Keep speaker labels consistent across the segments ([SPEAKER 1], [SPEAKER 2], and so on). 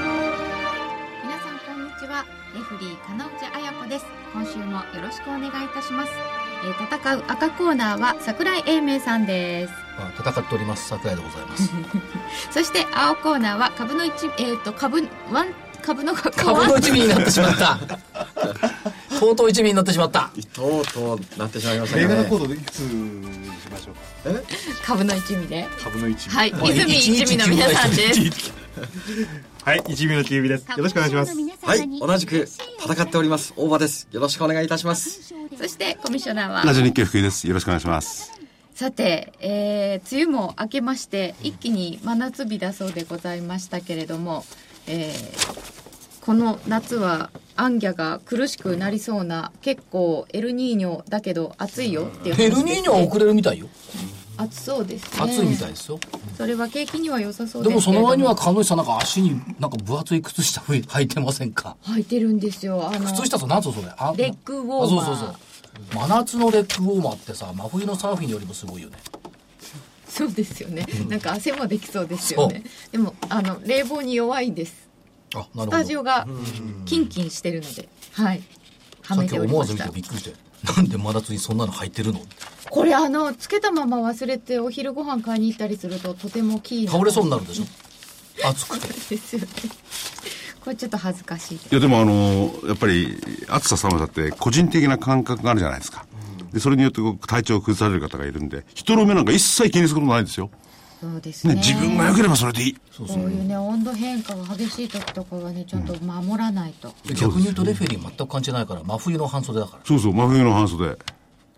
[SPEAKER 1] 皆さんこんにちはレフリー金内彩子です今週もよろしくお願いいたします、えー戦う赤コーナーは桜井英明さんです
[SPEAKER 2] あ戦っております桜井でございます
[SPEAKER 1] そして青コーナーは株の一えっ、と株ワン株の
[SPEAKER 2] 株の一味になってしまったとうとう一味になってしまった
[SPEAKER 3] とうとうなってしまいました
[SPEAKER 4] 銘柄コー
[SPEAKER 3] ね
[SPEAKER 4] ドでいくつにしましょうか
[SPEAKER 1] 株の一味で
[SPEAKER 4] 株の一部
[SPEAKER 1] はい泉一味の皆さんです
[SPEAKER 4] はい一部のキュービですよろしくお願いします
[SPEAKER 3] はい同じく戦っております大場ですよろしくお願いいたします
[SPEAKER 1] そしてコミッショナーは
[SPEAKER 5] ラジオ日経福井です。よろしくお願いします。
[SPEAKER 1] さて、えー梅雨も明けまして一気に真夏日だそうでございましたけれども、えーこの夏はアンギャが苦しくなりそうな結構エルニーニョだけど暑いよっていう話
[SPEAKER 2] エ
[SPEAKER 1] で
[SPEAKER 2] ル
[SPEAKER 1] すね
[SPEAKER 2] ニーニョは遅れるみたいよ
[SPEAKER 1] 暑そうですね
[SPEAKER 2] 暑いみたいですよ
[SPEAKER 1] それは景気には良さそう
[SPEAKER 2] で
[SPEAKER 1] ですけ
[SPEAKER 2] もそ
[SPEAKER 1] れど
[SPEAKER 2] の割には彼女さんなんか足になんか分厚い靴下履い履いてませんか
[SPEAKER 1] 履いてるんですよあの
[SPEAKER 2] 靴下と何ぞそれあ
[SPEAKER 1] レッグウォーマー
[SPEAKER 2] あそうそうそう真夏のレッグウォーマーってさ真冬のサーフィンよりもすごいよね
[SPEAKER 1] そうですよね、なんか汗もできそうですよねでもあの冷房に弱いんです
[SPEAKER 2] あなるほど
[SPEAKER 1] スタジオがキンキンしてるのではい
[SPEAKER 2] さ
[SPEAKER 1] は
[SPEAKER 2] っ
[SPEAKER 1] め
[SPEAKER 2] き
[SPEAKER 1] ており
[SPEAKER 2] 思わ
[SPEAKER 1] ま
[SPEAKER 2] ず見
[SPEAKER 1] した
[SPEAKER 2] てびっくりしてなんで真夏にそんなの履いてるの
[SPEAKER 1] これあのつけたまま忘れてお昼ご飯買いに行ったりするととてもキー
[SPEAKER 2] 倒れそうにな
[SPEAKER 1] る
[SPEAKER 2] るでしょ暑くて
[SPEAKER 1] ですよねこれちょっと恥ずかしいです
[SPEAKER 5] いや、でもあの、やっぱり、暑さ寒さって個人的な感覚があるじゃないですか。で、それによってこう体調を崩される方がいるんで、人の目なんか一切気にすることないですよ。
[SPEAKER 1] そうですね
[SPEAKER 5] ね、自分が良ければそれでいい。
[SPEAKER 1] こういうね温度変化が激しい時とかはねちゃんと守らないと、
[SPEAKER 2] 逆に言うとレフェリー全く関係ないから真冬の半袖だから
[SPEAKER 5] そうそう、真冬の半袖。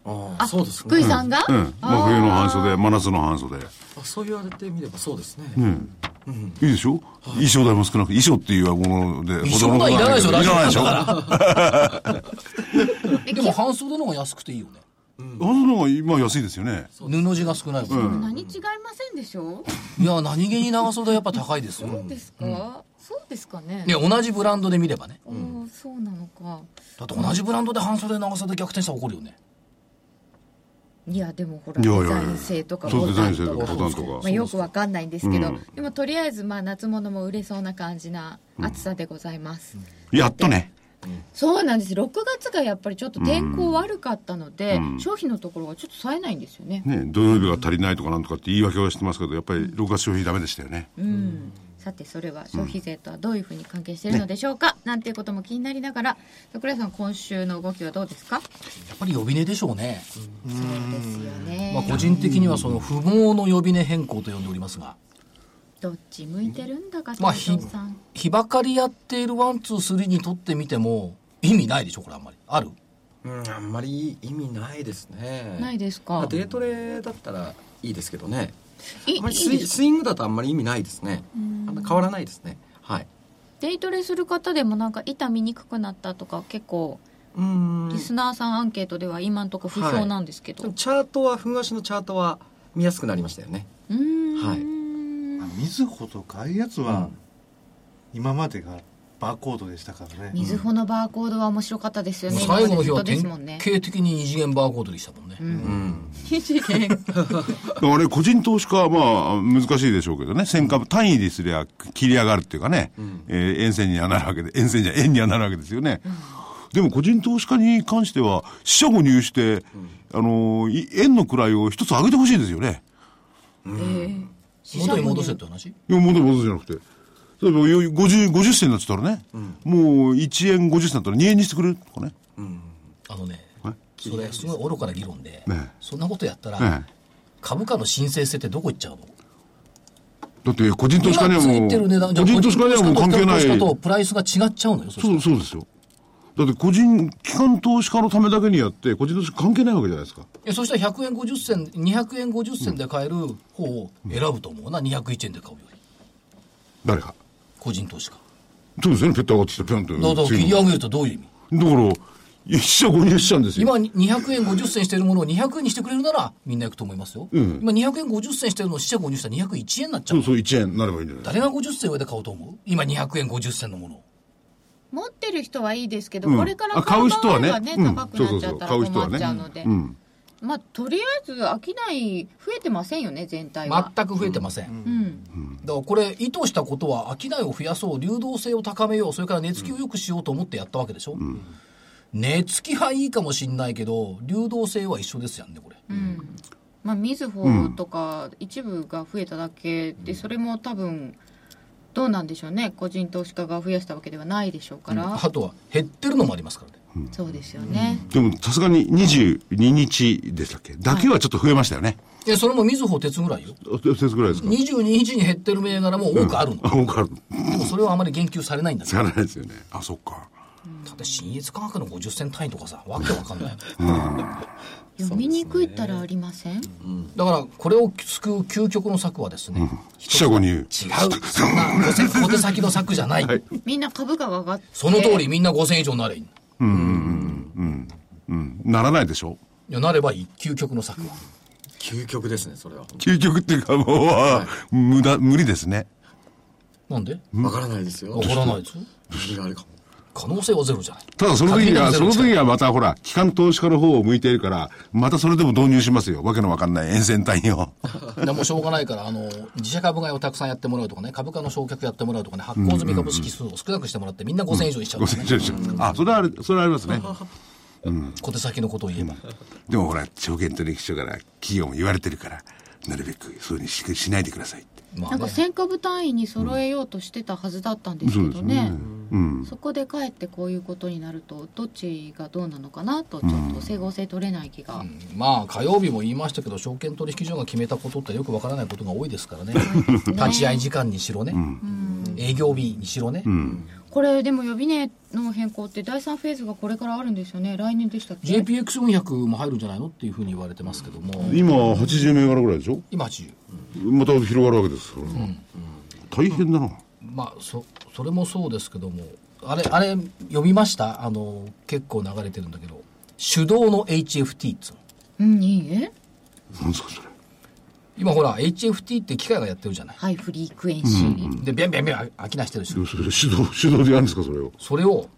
[SPEAKER 3] あ
[SPEAKER 1] あ
[SPEAKER 3] そうです
[SPEAKER 1] 福井
[SPEAKER 3] ね
[SPEAKER 1] さんが、
[SPEAKER 5] うん。真冬の半袖、真夏の半袖。
[SPEAKER 3] あそう言われてみればそうですね
[SPEAKER 5] いいでしょ衣装代も少なく、衣装っていうもので、
[SPEAKER 2] 衣装代いらないでしょ
[SPEAKER 5] いらないでしょ
[SPEAKER 2] ラジオ
[SPEAKER 5] 半
[SPEAKER 1] え
[SPEAKER 2] でも半袖の方が安くていいよね
[SPEAKER 5] 袖の方が今安いですよね。
[SPEAKER 2] 布地が少ないから、
[SPEAKER 1] 何違いませんでしょ
[SPEAKER 2] いや何気に長袖はやっぱ高いですよ
[SPEAKER 1] そうですか、そうですかね
[SPEAKER 2] いや同じブランドで見ればね
[SPEAKER 1] おおーそうなのか
[SPEAKER 2] だって同じブランドで半袖長袖逆転したら怒るよね
[SPEAKER 1] いやでもほら
[SPEAKER 5] い
[SPEAKER 1] デ
[SPEAKER 5] やいやいや
[SPEAKER 1] ザイン性とか
[SPEAKER 5] そう
[SPEAKER 1] ボタン
[SPEAKER 5] デザイン性とかボタンとか
[SPEAKER 1] まあ、よくわかんないんですけど、
[SPEAKER 5] うん
[SPEAKER 1] でもとりあえずまあ夏物も売れそうな感じな暑さでございます、
[SPEAKER 5] やっとね。
[SPEAKER 1] そうなんです6月がやっぱりちょっと天候悪かったので、
[SPEAKER 5] うん
[SPEAKER 1] 商品のところがちょっと冴えないんですよね、
[SPEAKER 5] ね、土曜日が足りないとかなんとかって言い訳はしてますけど、やっぱり6月消費ダメでしたよね。
[SPEAKER 1] うんさてそれは消費税とはどういうふうに関係しているのでしょうか、なんていうことも気になりながら桜井さん今週の動きはどうですか
[SPEAKER 2] やっぱり呼び値でしょうね、
[SPEAKER 1] そうですよね、
[SPEAKER 2] まあ、個人的にはその不毛の呼び値変更と呼んでおりますが
[SPEAKER 1] どっち向いてるんだか
[SPEAKER 2] まあ
[SPEAKER 1] 東京さん
[SPEAKER 2] 日ばかりやっているワンツースリーにとってみても意味ないでしょこれあんまりある
[SPEAKER 3] うんあんまり意味ないですね
[SPEAKER 1] ないです
[SPEAKER 3] まあ
[SPEAKER 1] か
[SPEAKER 3] デートレだったらいいですけどね
[SPEAKER 1] いい
[SPEAKER 3] あんまり
[SPEAKER 1] い
[SPEAKER 3] ス
[SPEAKER 1] いで
[SPEAKER 3] イ
[SPEAKER 1] す
[SPEAKER 3] スイングだとあんまり意味ないですねあんま変わらないですねはい
[SPEAKER 1] デイトレする方でもなんか板見にくくなったとか結構
[SPEAKER 3] うーん
[SPEAKER 1] リスナーさんアンケートでは今んとこ不評なんですけど、
[SPEAKER 3] でもチャートはふんわしのチャートは見やすくなりましたよね
[SPEAKER 1] うー
[SPEAKER 3] はい
[SPEAKER 1] ん、
[SPEAKER 4] あのみずほとかああいうやつは今までがバーコードでしたからね
[SPEAKER 1] みずほのバーコードは面白かったですよね
[SPEAKER 2] 最後の日
[SPEAKER 1] 今ま
[SPEAKER 2] は
[SPEAKER 1] で
[SPEAKER 2] 典
[SPEAKER 1] ずっとですもんね
[SPEAKER 2] 型的に二次元バーコードでしたもんね、
[SPEAKER 3] うん
[SPEAKER 5] あれ、個人投資家はまあ、難しいでしょうけどね、1000株単位ですりゃ、切り上がるっていうかね、えー円線にはなるわけで、円線じゃ円にはなるわけですよね。でも個人投資家に関しては、死者誤入して、あのー、い円の位を一つ上げてほしいですよね。
[SPEAKER 2] 元に戻せって話
[SPEAKER 5] いや、戻る戻るじゃなくて。例えば、よ50、50銭になってたらね、もう1円50銭だったら2円にしてくれるとかね。
[SPEAKER 2] あのね
[SPEAKER 5] え
[SPEAKER 2] それすごい愚かな議論で、
[SPEAKER 5] ね
[SPEAKER 2] そんなことやったら、
[SPEAKER 5] ええ
[SPEAKER 2] 株価の申請性ってどこ行っちゃうの
[SPEAKER 5] だって、個人投資家に
[SPEAKER 2] 今
[SPEAKER 5] は
[SPEAKER 2] つ
[SPEAKER 5] も、
[SPEAKER 2] いうてる値段じゃ
[SPEAKER 5] 個人投資家にはもう関係
[SPEAKER 2] 個
[SPEAKER 5] な
[SPEAKER 2] 人投資家と
[SPEAKER 5] い。
[SPEAKER 2] プライスが違っちゃうのよそした
[SPEAKER 5] そ
[SPEAKER 2] ら
[SPEAKER 5] う、そうですよ。だって個人、機関投資家のためだけにやって、個人投資家関係ないわけじゃないですか。
[SPEAKER 2] えそしたら100円50銭200円50銭で買える方を選ぶと思うな201円で買うより
[SPEAKER 5] 誰か。
[SPEAKER 2] 個人投資家
[SPEAKER 5] そうですよね、ペット上がってきて、ぴょんと。
[SPEAKER 2] だから切り上げるとどういう意味
[SPEAKER 5] だから、一社購入しちゃうんですよ。
[SPEAKER 2] 今200円50銭してるものを200円にしてくれるならみんな行くと思いますよ、今200円50銭してるのを四捨五入したら201円になっちゃ
[SPEAKER 5] そううそう、1円なればいいんじゃない
[SPEAKER 2] 誰が50銭上で買おうと思う今200円50銭のものを
[SPEAKER 6] 持ってる人はいいですけど、
[SPEAKER 5] うん
[SPEAKER 6] これから
[SPEAKER 5] あ買う人はね
[SPEAKER 6] 買う場合ね
[SPEAKER 5] うん
[SPEAKER 6] 高くなっちゃったら
[SPEAKER 5] そうそうそう
[SPEAKER 6] 困っちゃうので、
[SPEAKER 5] うん。
[SPEAKER 1] まあとりあえず商い増えてませんよね全体は、
[SPEAKER 2] 全く増えてません、
[SPEAKER 1] うん、
[SPEAKER 2] だからこれ意図したことは商いを増やそう流動性を高めようそれから値付きを良くしようと思ってやったわけでしょ、値付きはいいかもしんないけど流動性は一緒ですやんねこれ、
[SPEAKER 1] まあみずほとか一部が増えただけで、それも多分どうなんでしょうね個人投資家が増やしたわけではないでしょうから、
[SPEAKER 2] あとは減ってるのもありますからね
[SPEAKER 1] そうですよね、
[SPEAKER 5] でも、さすがに22日でしたっけだけはちょっと増えましたよね。
[SPEAKER 2] いやそれもみずほ鉄ぐらいよ
[SPEAKER 5] お手数ぐらいですか
[SPEAKER 2] 22日に減ってる銘柄も多くあるの、
[SPEAKER 5] あ、多くある。
[SPEAKER 2] でもそれはあまり言及されないんだね
[SPEAKER 5] つかないですよね。あ、そっか。
[SPEAKER 2] だって新越価格の50銭単位とかさわけわかんない
[SPEAKER 1] 読みにくいったらありません、
[SPEAKER 2] だからこれを救う究極の策はですね、
[SPEAKER 5] 一社購入。
[SPEAKER 2] 違うそ んな5千 小手先の策じゃない、
[SPEAKER 1] みんな株価が上がって
[SPEAKER 2] その通りみんな5000以上になれいい
[SPEAKER 5] うん。ならないでしょ
[SPEAKER 2] やなればいい究極の策は
[SPEAKER 3] 究極ですね、それは。
[SPEAKER 5] 究極っていうかもう、あ無駄、無理ですね。
[SPEAKER 2] なんで
[SPEAKER 3] わからないですよ
[SPEAKER 2] わ。からないですよ
[SPEAKER 3] 何があるかも。
[SPEAKER 2] 可能性はゼロじゃない
[SPEAKER 5] ただその時
[SPEAKER 2] 限り
[SPEAKER 5] には、
[SPEAKER 2] なくゼ
[SPEAKER 5] そ
[SPEAKER 2] ロで
[SPEAKER 5] の
[SPEAKER 2] すから
[SPEAKER 5] 時にはまたほら、機関投資家の方を向いているから、またそれでも導入しますよ。わけのわかんない沿線単 位を。
[SPEAKER 2] でもうしょうがないから、あの、自社株買いをたくさんやってもらうとかね、株価の償却やってもらうとかね、発行済み株式数を少なくしてもらって、みんな5000以上にしちゃう
[SPEAKER 5] ご
[SPEAKER 2] とか
[SPEAKER 5] 選
[SPEAKER 2] ね、
[SPEAKER 5] 手でしょ。あ、それはあれ、それはありますね。
[SPEAKER 2] 小手先のことを言えば。
[SPEAKER 5] でもほら、証券取引所から企業も言われてるから、なるべくそういうふうにししないでくださいって。
[SPEAKER 2] ま
[SPEAKER 1] な
[SPEAKER 2] あ
[SPEAKER 1] んか
[SPEAKER 2] ね、
[SPEAKER 1] 1000株単位に揃えようとしてたはずだったんですけどね,、そ
[SPEAKER 5] うん。
[SPEAKER 1] こでかえってこういうことになるとどっちがどうなのかなとちょっと整合性取れない気が、
[SPEAKER 2] まあ、火曜日も言いましたけど、証券取引所が決めたことってよくわからないことが多いですからね。立ち会い時間にしろね、営業日にしろね、
[SPEAKER 1] これでも予備値の変更って第3フェーズがこれからあるんですよね来年でしたっけ
[SPEAKER 2] JPX400 も入るんじゃないのっていうふうに言われてますけども、
[SPEAKER 5] 今、80銘柄ぐらいでしょ
[SPEAKER 2] 今80。
[SPEAKER 5] また広がるわけですから、大変だな。
[SPEAKER 2] まあそそれもそうですけどもあれあれ読みましたあの結構流れてるんだけど手動の HFT っつうの
[SPEAKER 1] うんいいえ
[SPEAKER 5] なんですか、それ。
[SPEAKER 2] 今ほら HFT って機械がやってるじゃない
[SPEAKER 1] はいフリークエンシー、
[SPEAKER 2] でビャンビャンビャン飽きなしてるし
[SPEAKER 5] でもそれ手動、手動でやるんですか、それを。
[SPEAKER 2] それを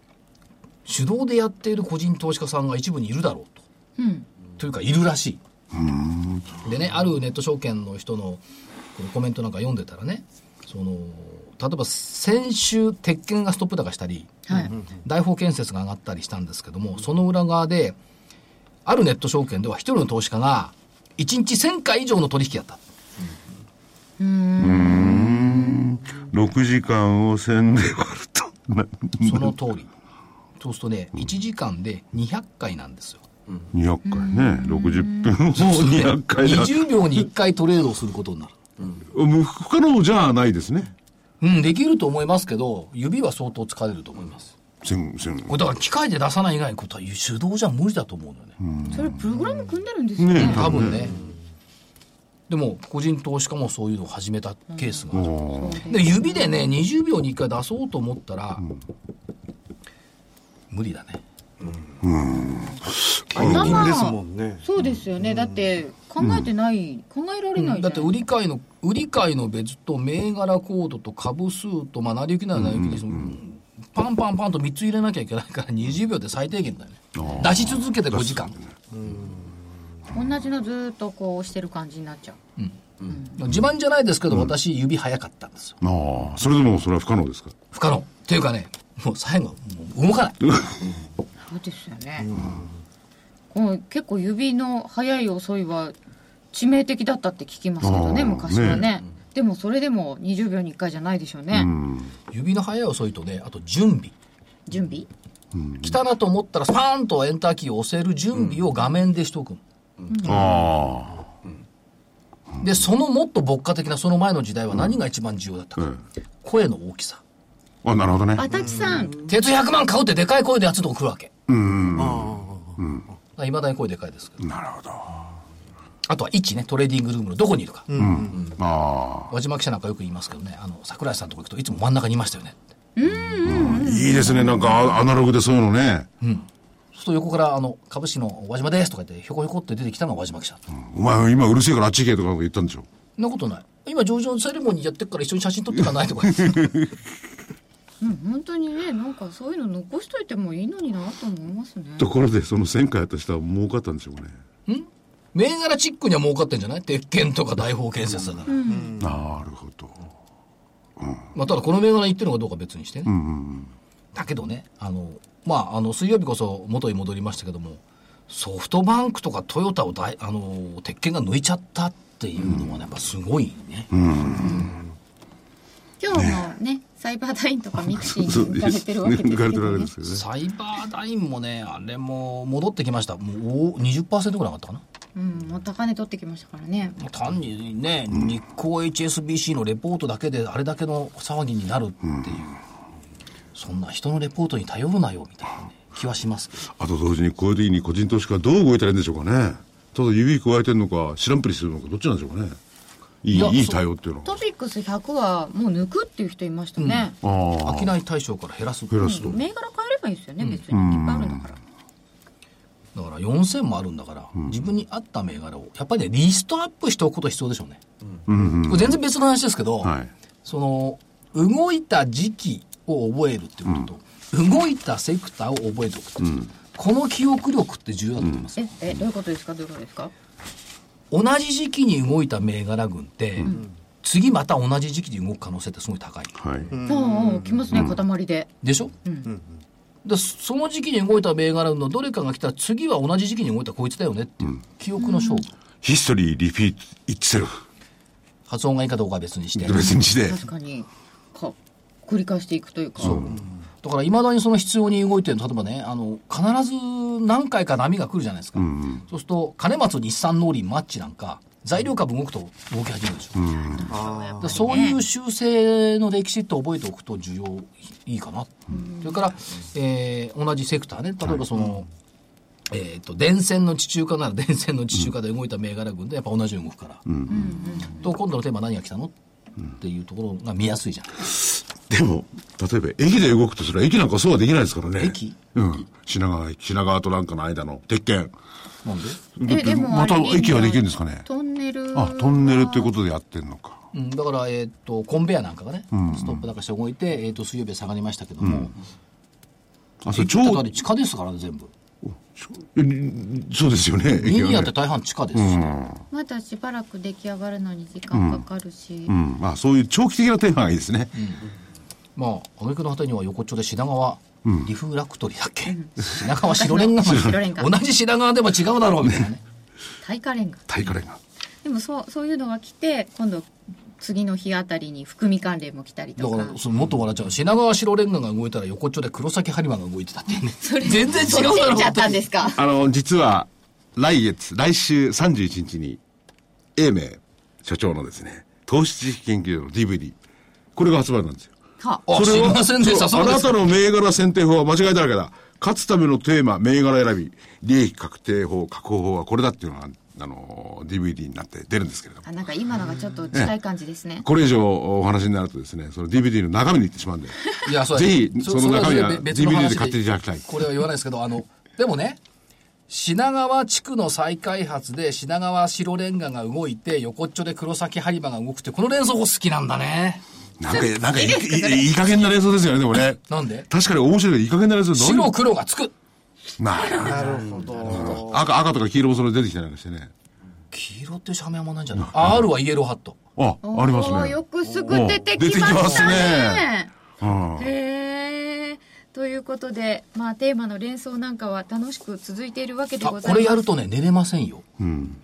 [SPEAKER 2] 手動でやっている個人投資家さんが一部にいるだろうと、というかいるらしいでねあるネット証券の人のこのコメントなんか読んでたらねその例えば先週鉄拳がストップ高したり、
[SPEAKER 1] はい
[SPEAKER 2] 大法建設が上がったりしたんですけどもその裏側であるネット証券では一人の投資家が1日1000回以上の取引やった
[SPEAKER 5] 6時間を1000で割ると。な
[SPEAKER 2] その通りそうするとね1時間で200回なんですよ
[SPEAKER 5] 200回ね、60分を200回だ。
[SPEAKER 2] 20秒に1回トレードをすることになる。
[SPEAKER 5] もう不可能じゃないですね。
[SPEAKER 2] うん、できると思いますけど、指は相当疲れると思います。
[SPEAKER 5] 千、千。ね
[SPEAKER 2] これだから機械で出さない以外のことは手動じゃ無理だと思うのよね。
[SPEAKER 1] それプログラム組んでるんですよね
[SPEAKER 5] え、
[SPEAKER 2] 多分ね。でも、個人投資家もそういうのを始めたケースがある。で、指でね、20秒に1回出そうと思ったら、無理だね。
[SPEAKER 4] 解禁ですもんね。
[SPEAKER 1] そうですよねだって考えてない、考えられないじ
[SPEAKER 2] だ
[SPEAKER 1] ゃん
[SPEAKER 2] って売り買いの売り買いの別と銘柄コードと株数とまあ成り行きなら成り行きにしてもパンパンパンと3つ入れなきゃいけないから20秒で最低限だよね出し続けて5時間、
[SPEAKER 1] 同じのずーっとこう押してる感じになっちゃう
[SPEAKER 2] 自慢じゃないですけど私指早かったんですよ
[SPEAKER 5] ああ、それでもそれは不可能ですか。
[SPEAKER 2] 不可能っていうかねもう最後はもう動かない
[SPEAKER 1] そうですよね、こう結構指の速い遅いは致命的だったって聞きますけどね
[SPEAKER 5] あー
[SPEAKER 1] 昔はね
[SPEAKER 5] ね
[SPEAKER 1] でもそれでも20秒に1回じゃないでしょうね、
[SPEAKER 2] 指の早い遅いとねあと準備
[SPEAKER 1] 準備
[SPEAKER 2] 来たなと思ったらスパーンとエンターキーを押せる準備を画面でしとくの
[SPEAKER 5] ああ。
[SPEAKER 2] でそのもっと牧歌的なその前の時代は何が一番重要だったか、
[SPEAKER 5] うん
[SPEAKER 2] 声の大きさ
[SPEAKER 5] あ、なるほどね。
[SPEAKER 1] あたちさん、
[SPEAKER 2] 鉄100万買うってでかい声でやつとか来るわけ。
[SPEAKER 4] あ
[SPEAKER 2] いまだに声でかいですけど。
[SPEAKER 5] なるほど。あ
[SPEAKER 2] あとは位置ね、トレーディングルームのどこにいるか。
[SPEAKER 5] あ。
[SPEAKER 2] 輪島記者なんかよく言いますけどね、あの、桜井さんとこ行くといつも真ん中にいましたよねって。
[SPEAKER 5] うんいいですね。なんかアアナログでそういうのね。
[SPEAKER 2] そうすると横から、あの、株式の和島ですとか言って、ひょこひょこって出てきたのが和島記者。
[SPEAKER 5] お前今うるせえからあっち行けとかなんか言ったんでしょ。
[SPEAKER 2] そんなことない。今、上場セレモニーやってるから一緒に写真撮ってかないとか言って。
[SPEAKER 7] うん、本当にねなんかそういうの残しといてもいいのになと思いますね
[SPEAKER 5] ところでその1000回やった人は儲かったんでしょうかね。
[SPEAKER 2] 銘柄チックには儲かってんじゃない鉄拳とか大砲建設だから。
[SPEAKER 5] なるほど。
[SPEAKER 2] まあ、ただこの銘柄言ってるのかどうかは別にしてね。だけどね、あの、まあ、あの、水曜日こそ元に戻りましたけども、ソフトバンクとかトヨタを大、あの、鉄拳が抜いちゃったっていうのはね、やっぱすごいね。
[SPEAKER 1] 今日もね、サイバーダインとかミクシーに
[SPEAKER 5] そう
[SPEAKER 1] 抜かれてるわけです
[SPEAKER 5] 抜か
[SPEAKER 1] け
[SPEAKER 5] れてるわ
[SPEAKER 1] ど
[SPEAKER 5] け
[SPEAKER 1] ね
[SPEAKER 5] で。すけどね。
[SPEAKER 2] サイバーダインもね、あれも戻ってきました。もうお20%ぐらい上がったかな。
[SPEAKER 1] うん、お高値取ってきましたからね。
[SPEAKER 2] もう単にね、日興 HSBC のレポートだけであれだけの騒ぎになるっていう、そんな人のレポートに頼るなよみたいな、ね、気はしますけど
[SPEAKER 5] あと同時にこういう時に個人投資家はどう動いたらいいんでしょうかね。ただ指加えてるのか、知らんぷりするのか、どっちなんでしょうかね。いい
[SPEAKER 2] いや
[SPEAKER 5] いい
[SPEAKER 2] そう
[SPEAKER 5] 対応っていうの
[SPEAKER 1] ト
[SPEAKER 5] は。
[SPEAKER 1] ピックス100はもう抜くっていう人いましたね。
[SPEAKER 5] ああ。
[SPEAKER 2] 商い対象から減らす
[SPEAKER 5] 減らすと。
[SPEAKER 1] 銘柄変えればいいですよね、別に。いっぱいあるんだから。
[SPEAKER 2] だから4000もあるんだから、自分に合った銘柄をやっぱりねリストアップしておくこと必要でしょうね、これ全然別の話ですけど、
[SPEAKER 5] はい
[SPEAKER 2] その動いた時期を覚えるっていうことと、動いたセクターを覚えておくっていうこと、この記憶力って重要だと思います、
[SPEAKER 1] え、え、どういうことですかどういうことですか
[SPEAKER 2] 同じ時期に動いた銘柄群って、次また同じ時期に動く可能性ってすごい高い
[SPEAKER 5] はい。
[SPEAKER 1] そう、来ますね、塊で。
[SPEAKER 2] でしょ、だその時期に動いた銘柄群のどれかが来たら次は同じ時期に動いたこいつだよねっていう、記憶の勝負、
[SPEAKER 5] ヒストリー、リピート、一致せる。
[SPEAKER 2] 発音がいいかどうかは別にして
[SPEAKER 5] 別にして。
[SPEAKER 1] 確かに。か、繰り返していくというか。
[SPEAKER 2] だからいまだにその必要に動いてるの例えばねあの必ず何回か波が来るじゃないですか、そうすると金松日産農林マッチなんか材料株動くと動き始めるでしょ、だからそういう修正の歴史って覚えておくと重要いいかな、それから、えー同じセクターね例えばその、えー、と電線の地中化なら電線の地中化で動いた銘柄群でやっぱ同じように動くから、と今度のテーマ何が来たのっていうところが見やすいじゃん
[SPEAKER 5] でも、例えば駅で動くとすれば駅なんかそうはできないですからね。
[SPEAKER 2] 駅
[SPEAKER 5] うん。品川駅、品川となんかの間の鉄拳。
[SPEAKER 2] なんで
[SPEAKER 5] だってまた
[SPEAKER 1] あれ
[SPEAKER 5] 駅はできるんですかね。
[SPEAKER 1] トンネル。
[SPEAKER 5] あ、トンネルっていうことでやってんのか。
[SPEAKER 2] うん、だから、えー、とコンベヤなんかがね、ストップなんかして動いて、えー、と水曜日は下がりましたけども、
[SPEAKER 5] あ、そ
[SPEAKER 2] そ
[SPEAKER 5] れ
[SPEAKER 2] れ
[SPEAKER 5] 超、
[SPEAKER 2] だって地下ですからね、全部。
[SPEAKER 5] そうですよね。
[SPEAKER 2] リ
[SPEAKER 5] 駅は
[SPEAKER 2] ニアっ
[SPEAKER 5] ね
[SPEAKER 2] て。大半地下ですし、
[SPEAKER 1] まだしばらく出来上がるのに時間かかるし
[SPEAKER 5] う。ん。まあそういう長期的なテーマがいいですね。
[SPEAKER 2] まあ、挙句の果てには横っちょで品川、リフラクトリーだっけ、品川白レンガ町
[SPEAKER 1] 白レンガ
[SPEAKER 2] 同じ品川でも違うだろうみたい なね。
[SPEAKER 1] 耐火レンガ。
[SPEAKER 5] 対価レンが。
[SPEAKER 1] でもそう、そういうのが来て、今度、次の日あたりに含み関連も来たり
[SPEAKER 2] だ
[SPEAKER 1] と
[SPEAKER 2] か
[SPEAKER 1] か。
[SPEAKER 2] ら、そのもっと笑っちゃう。品川白レンガが動いたら横っちょで黒崎播磨が動いてたっていうね。全然違うだろう
[SPEAKER 1] 出ちゃったんですか。
[SPEAKER 5] あの、実は、来月、来週31日に、英明所長のですね、投資知識研究所の DVD、これが発売なんですよ。
[SPEAKER 1] は
[SPEAKER 2] あ、すいませんでした。そ
[SPEAKER 5] そ
[SPEAKER 2] うう
[SPEAKER 5] あ
[SPEAKER 2] で
[SPEAKER 5] な
[SPEAKER 2] す
[SPEAKER 5] た。の銘柄選定法は間違いだらけだ。勝つためのテーマ、銘柄選び、利益確定法、確保法はこれだっていうのが、あの、DVD になって出るんですけれども。
[SPEAKER 1] あなんか今のがちょっと近い感じですね。
[SPEAKER 5] これ以上お話になるとですね、その DVD の中身に行ってしまう んで。
[SPEAKER 2] いや、そう
[SPEAKER 5] ぜひ、
[SPEAKER 2] そ
[SPEAKER 5] その中身は
[SPEAKER 2] それ別の
[SPEAKER 5] DVD
[SPEAKER 2] 話
[SPEAKER 5] で買っていただきたい。
[SPEAKER 2] これは言わないですけど、あの、でもね、品川地区の再開発で品川白レンガが動いて、横っちょで黒崎播磨が動くって、この連想法好きなんだね。
[SPEAKER 5] なんか、なんかいい、いいいい加減な連想ですよね、でもね。
[SPEAKER 2] なんで
[SPEAKER 5] 確かに面白いけど、いい加減な連想どういう
[SPEAKER 2] 白黒がつく。
[SPEAKER 5] なるほど。赤、赤とか黄色もそれ出てきたりなんかしてね。
[SPEAKER 2] 黄色って社名もないんじゃない ?R はイエローハット。
[SPEAKER 5] あ、あります
[SPEAKER 1] おー
[SPEAKER 5] ね。
[SPEAKER 1] よくすぐ出てきま
[SPEAKER 5] お出てきま
[SPEAKER 1] し
[SPEAKER 5] す
[SPEAKER 1] た
[SPEAKER 5] ね
[SPEAKER 1] ね。
[SPEAKER 5] うん
[SPEAKER 1] へえ。ということで、まあテーマの連想なんかは楽しく続いているわけで
[SPEAKER 2] あ、
[SPEAKER 1] ございます。
[SPEAKER 2] これやるとね、寝れませんよ。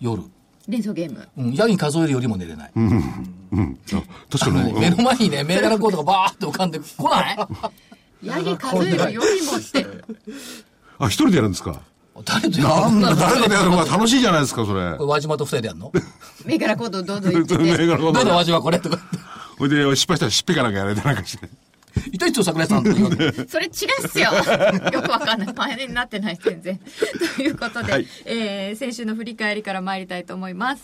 [SPEAKER 2] 夜。
[SPEAKER 1] 連想ゲーム。
[SPEAKER 2] うん、ヤギ数えるよりも寝れない。
[SPEAKER 5] うん。あ確かに。
[SPEAKER 2] 目の前にね、銘柄コードがバーって浮かんでこ ない
[SPEAKER 1] ヤギ数えるよりもって。
[SPEAKER 5] あ、一人でやるんですか。
[SPEAKER 2] 誰とやる
[SPEAKER 5] なんだ、誰かでやるのが楽しいじゃないですか、それ
[SPEAKER 2] こ。れ輪島と二人でやるの
[SPEAKER 1] 銘柄コードをどうぞ言って
[SPEAKER 5] 銘
[SPEAKER 1] て。
[SPEAKER 5] 柄
[SPEAKER 2] ど
[SPEAKER 5] の
[SPEAKER 2] うだ
[SPEAKER 5] こ
[SPEAKER 2] 輪島これとか
[SPEAKER 5] ほいで、失敗したらしっぺかなんかやられてなんかして。
[SPEAKER 2] 言って。糸一応桜井 さんとか言うわけ
[SPEAKER 1] それ違うっすよ。 よくわかんない。前になってない、全然。ということで、
[SPEAKER 5] はい
[SPEAKER 1] えー先週の振り返りから参りたいと思います。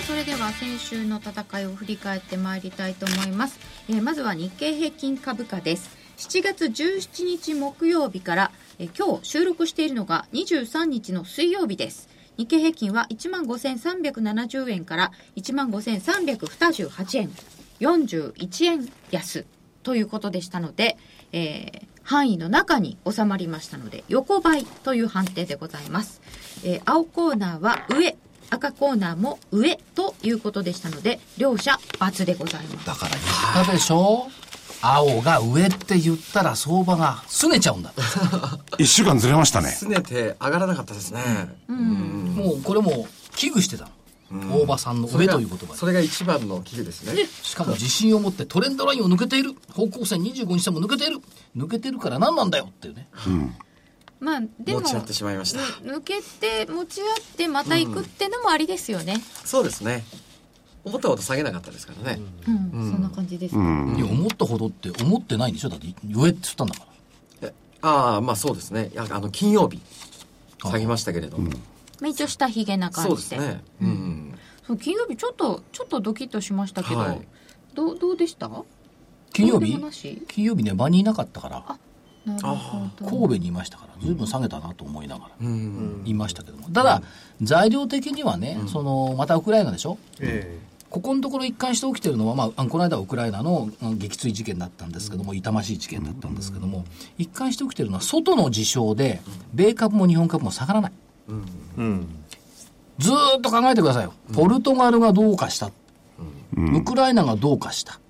[SPEAKER 1] あそれでは先週の戦いを振り返ってまいりたいと思います、えーまずは日経平均株価です7月17日木曜日から、えー今日収録しているのが23日の水曜日です日経平均は1万5370円から1万5328円41円安ということでしたので、えー範囲の中に収まりましたので横ばいという判定でございます、えー青コーナーは上赤コーナーも上ということでしたので両者×でございます
[SPEAKER 2] だから言ったでしょ青が上って言ったら相場が拗ねちゃうんだ。
[SPEAKER 5] 一週間ずれましたね。
[SPEAKER 3] すねて上がらなかったですね。うん
[SPEAKER 2] もうこれも危惧してたの。大場さんの
[SPEAKER 3] それが
[SPEAKER 2] 上という言葉
[SPEAKER 3] そ
[SPEAKER 2] で。
[SPEAKER 3] れが一番の危機ですね。
[SPEAKER 2] しかも自信を持ってトレンドラインを抜けている。方向線25日線も抜けている。抜けてるから何なんだよっていうね。
[SPEAKER 1] まあでも
[SPEAKER 3] 持ち合ってしまいました。
[SPEAKER 1] ぬ抜けて持ち合ってまた行くってのもありですよね、
[SPEAKER 3] そうですね。思ったほど下げなかったですからね。
[SPEAKER 1] うんそんな感じです、
[SPEAKER 2] いや、思ったほどって思ってないんでしょだって上って言ったんだから。
[SPEAKER 3] えああ、まあそうですね。いやあの、金曜日、下げましたけれども。
[SPEAKER 1] まあ一応下ひげな感じ
[SPEAKER 3] そ
[SPEAKER 1] で
[SPEAKER 3] うですね。うん。
[SPEAKER 1] そう金曜日ちょっとちょっとドキッとしましたけど、
[SPEAKER 3] はい
[SPEAKER 1] どうどうでした
[SPEAKER 2] 金曜
[SPEAKER 1] そう
[SPEAKER 2] 日
[SPEAKER 1] でもなし
[SPEAKER 2] 金曜日ね、場にいなかったから、
[SPEAKER 1] なるほど
[SPEAKER 2] 神戸にいましたから、随分下げたなと思いながら。
[SPEAKER 3] うん。
[SPEAKER 2] いましたけども。ただ、材料的にはね、その、またウクライナでしょ
[SPEAKER 4] え
[SPEAKER 2] ここのところ一貫して起きてるのは、まああの、この間はウクライナのうん撃墜事件だったんですけども、痛ましい事件だったんですけども、一貫して起きてるのは外の事象で、米株も日本株も下がらない。
[SPEAKER 4] えうん。
[SPEAKER 2] ずーっと考えてくださいよ。ポルトガルがどうかした。ウクライナがどうかした。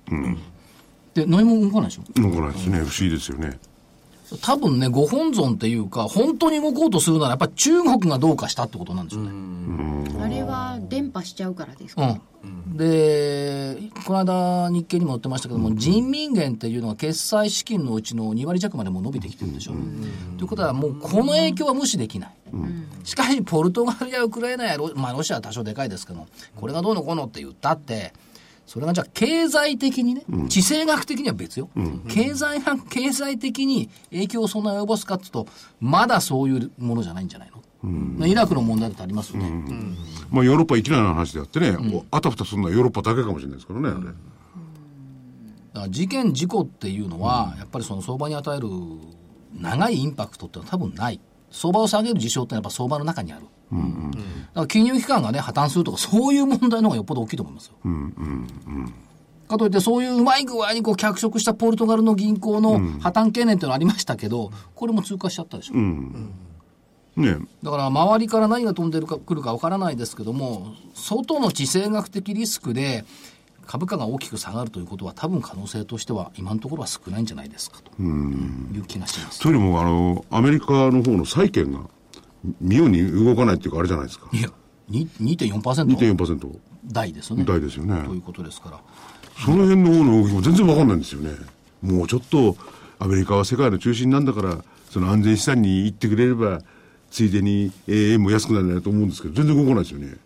[SPEAKER 2] で、何も動かないでしょ
[SPEAKER 5] 残らないですね。不思議ですよね。
[SPEAKER 2] 多分ね、ご本尊っていうか、本当に動こうとするなら、やっぱ中国がどうかしたってことなんでしょうね。
[SPEAKER 1] あれは電波しちゃうからですか、
[SPEAKER 2] うん、で、この間、日経にも載ってましたけども、人民元っていうのは決済資金のうちの2割弱までもう伸びてきてるでしょ。ということは、もうこの影響は無視できない。しかし、ポルトガルやウクライナやロ,、まあ、ロシアは多少でかいですけど、これがどうのこうのって言ったって、それがじゃあ経済的にね、地政学的には別よ、経済学経済的に影響をそんなに及ぼすかっていうと、まだそういうものじゃないんじゃないの、イラクの問題だってありますよね。
[SPEAKER 5] まあヨーロッパ一覧の話であってね、こうあたふたするのはヨーロッパだけかもしれないですからね、あれ。
[SPEAKER 2] だから事件事故っていうのは、やっぱりその相場に与える長いインパクトってのは多分ない相場を下げる事象ってのはやっぱ相場の中にある、だから金融機関がね破綻するとかそういう問題の方がよっぽど大きいと思いますよ、かといってそういううまい具合にこう脚色したポルトガルの銀行の破綻懸念っていうのはありましたけどこれも通過しちゃったでしょ、
[SPEAKER 5] ね
[SPEAKER 2] だから周りから何が飛んでるか来るかわからないですけども外の地政学的リスクで株価が大きく下がるということは多分可能性としては今のところは少ないんじゃないですかという気がします。
[SPEAKER 5] というよりも、あの、アメリカの方の債券が、妙に動かないっていうか、あれじゃないですか。
[SPEAKER 2] いやに2.4%
[SPEAKER 5] 2.4%。
[SPEAKER 2] 台ですよね。
[SPEAKER 5] 台ですよね
[SPEAKER 2] ということですから。
[SPEAKER 5] その辺の方の動きも全然わかんないんですよね。もうちょっと、アメリカは世界の中心なんだから、その安全資産に行ってくれれば、ついでに、えー円も安くなるなと思うんですけど、全然動かないですよね。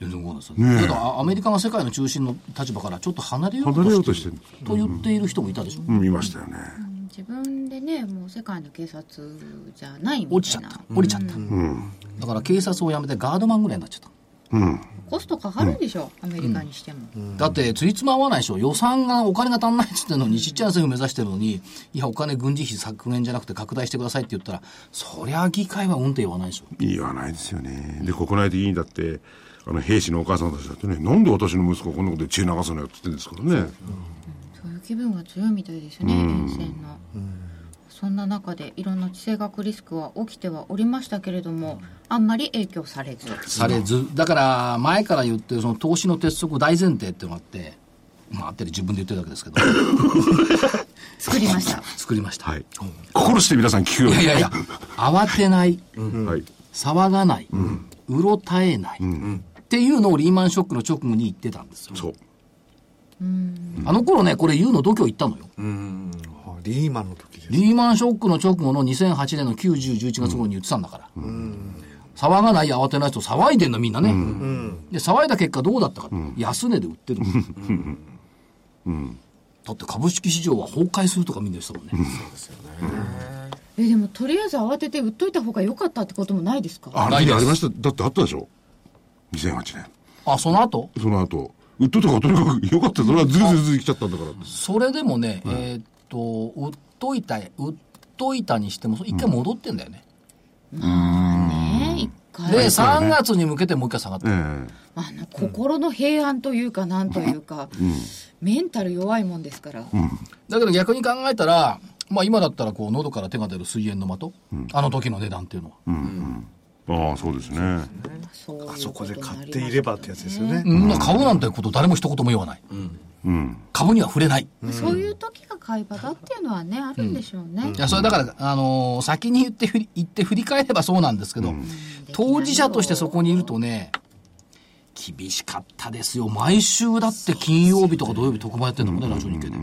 [SPEAKER 2] 全然動かないですよ
[SPEAKER 5] ねえ
[SPEAKER 2] ね。ただあアメリカが世界の中心の立場からちょっと離れよう
[SPEAKER 5] 離れようと
[SPEAKER 2] と
[SPEAKER 5] し
[SPEAKER 2] してて
[SPEAKER 5] る
[SPEAKER 2] る。と言っている人もいたでしょ。
[SPEAKER 5] うん、見ましたよね。
[SPEAKER 1] 自分でねもう世界の警察じゃないみたいな
[SPEAKER 2] 落ちちゃった。降りちゃった。だから警察を辞めてガードマンぐらいになっちゃった。
[SPEAKER 5] うん。
[SPEAKER 1] コストかかるでしょ、アメリカにしても、
[SPEAKER 2] だって、ついつま合わないでしょ。予算が、お金が足んないっつってんのに、ちっちゃな政府目指してるのに、いや、お金軍事費削減じゃなくて拡大してくださいって言ったら、そりゃ議会はうんって言わないでしょ。
[SPEAKER 5] 言わないですよね。で、国内的にだって、あの、兵士のお母さんたちだってね、なんで私の息子がこんなことで血流すのよって言ってるんですからね。
[SPEAKER 1] そういう気分が強いみたいですね沿線の、そんな中でいろんな地政学リスクは起きてはおりましたけれどもあんまり影響されず
[SPEAKER 2] されず、だから前から言ってるその投資の鉄則大前提っていうのがあって、まああって自分で言ってるだけですけど、
[SPEAKER 1] 作りました
[SPEAKER 2] 作りました。
[SPEAKER 5] はい。心して皆さん聞くよう
[SPEAKER 2] い
[SPEAKER 5] に。
[SPEAKER 2] やいやいや、慌てない、
[SPEAKER 5] はい。
[SPEAKER 2] 騒がない、うろたえない、っていうのをリーマンショックの直後に言ってたんですよ。
[SPEAKER 5] そう。
[SPEAKER 2] あの頃ね、これ言うの度胸言ったのよ。
[SPEAKER 4] リーマンの時です。
[SPEAKER 2] リーマンショックの直後の2008年の9、10、11月頃に言ってたんだから。騒がない、慌てない人、騒いでんのみんなね。で、騒いだ結果どうだったか。安値で売ってるんですよだって株式市場は崩壊するとかみんな言ってたもんね。
[SPEAKER 1] えでもとりあえず慌てて売っといた方が良かったってこともないですか
[SPEAKER 5] あの
[SPEAKER 2] ない
[SPEAKER 5] 時
[SPEAKER 2] です
[SPEAKER 5] ありました。だってあったでしょ。2008年。
[SPEAKER 2] あ、その後
[SPEAKER 5] その後。売っといたからとにかく良かった。それはずるずるずる来ちゃったんだから。
[SPEAKER 2] それでもね、えーっと、売っといた、売っといたにしても、一回戻ってんだよね。
[SPEAKER 1] ね一回
[SPEAKER 2] で、3月に向けてもう一回下がった。
[SPEAKER 5] え
[SPEAKER 1] あの心の平安というかなんというか、メンタル弱いもんですから、
[SPEAKER 2] だけど逆に考えたら、まあ今だったらこう喉から手が出る水煙の的、あの時の値段っていうのは。
[SPEAKER 5] えああ、そうですね。
[SPEAKER 1] そういう
[SPEAKER 4] あ
[SPEAKER 1] と
[SPEAKER 4] そこで
[SPEAKER 1] になり
[SPEAKER 4] 買
[SPEAKER 1] ま
[SPEAKER 4] っ
[SPEAKER 1] す
[SPEAKER 4] ていればってやつですよね。
[SPEAKER 2] うん、買うなんてこと誰も一言も言わない。
[SPEAKER 5] うん。
[SPEAKER 2] 株には触れない。
[SPEAKER 1] まあそういう時が買い場だっていうのはねあるんでしょうね、
[SPEAKER 2] いや、それだから、あのー先に言って振り、言って振り返ればそうなんですけど、当事者としてそこにいるとね、厳しかったですよ。毎週だって金曜日とか土曜日特番やってんだもんね、ラジオ日経で。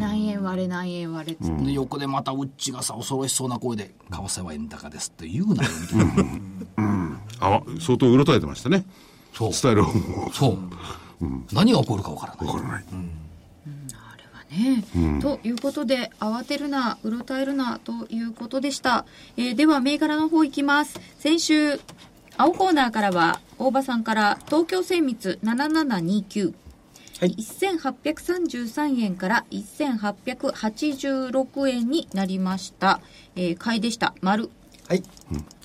[SPEAKER 1] 何円割れ何円割れっつって、
[SPEAKER 2] で横でまたうっちがさ恐ろしそうな声で「為替は円高です」って言うなよみたいな
[SPEAKER 5] あわ相当うろたえてましたね。
[SPEAKER 2] そう
[SPEAKER 5] スタイルをも
[SPEAKER 2] そう、何が起こるか分からな
[SPEAKER 5] う
[SPEAKER 2] い
[SPEAKER 5] わからない。
[SPEAKER 1] あれはね、ということで慌てるなうろたえるなということでした、えーでは銘柄の方いきます先週青コーナーからは大場さんから東京精密7729
[SPEAKER 3] はい
[SPEAKER 1] 1833円から1886円になりました、えー買いでした丸
[SPEAKER 3] はい。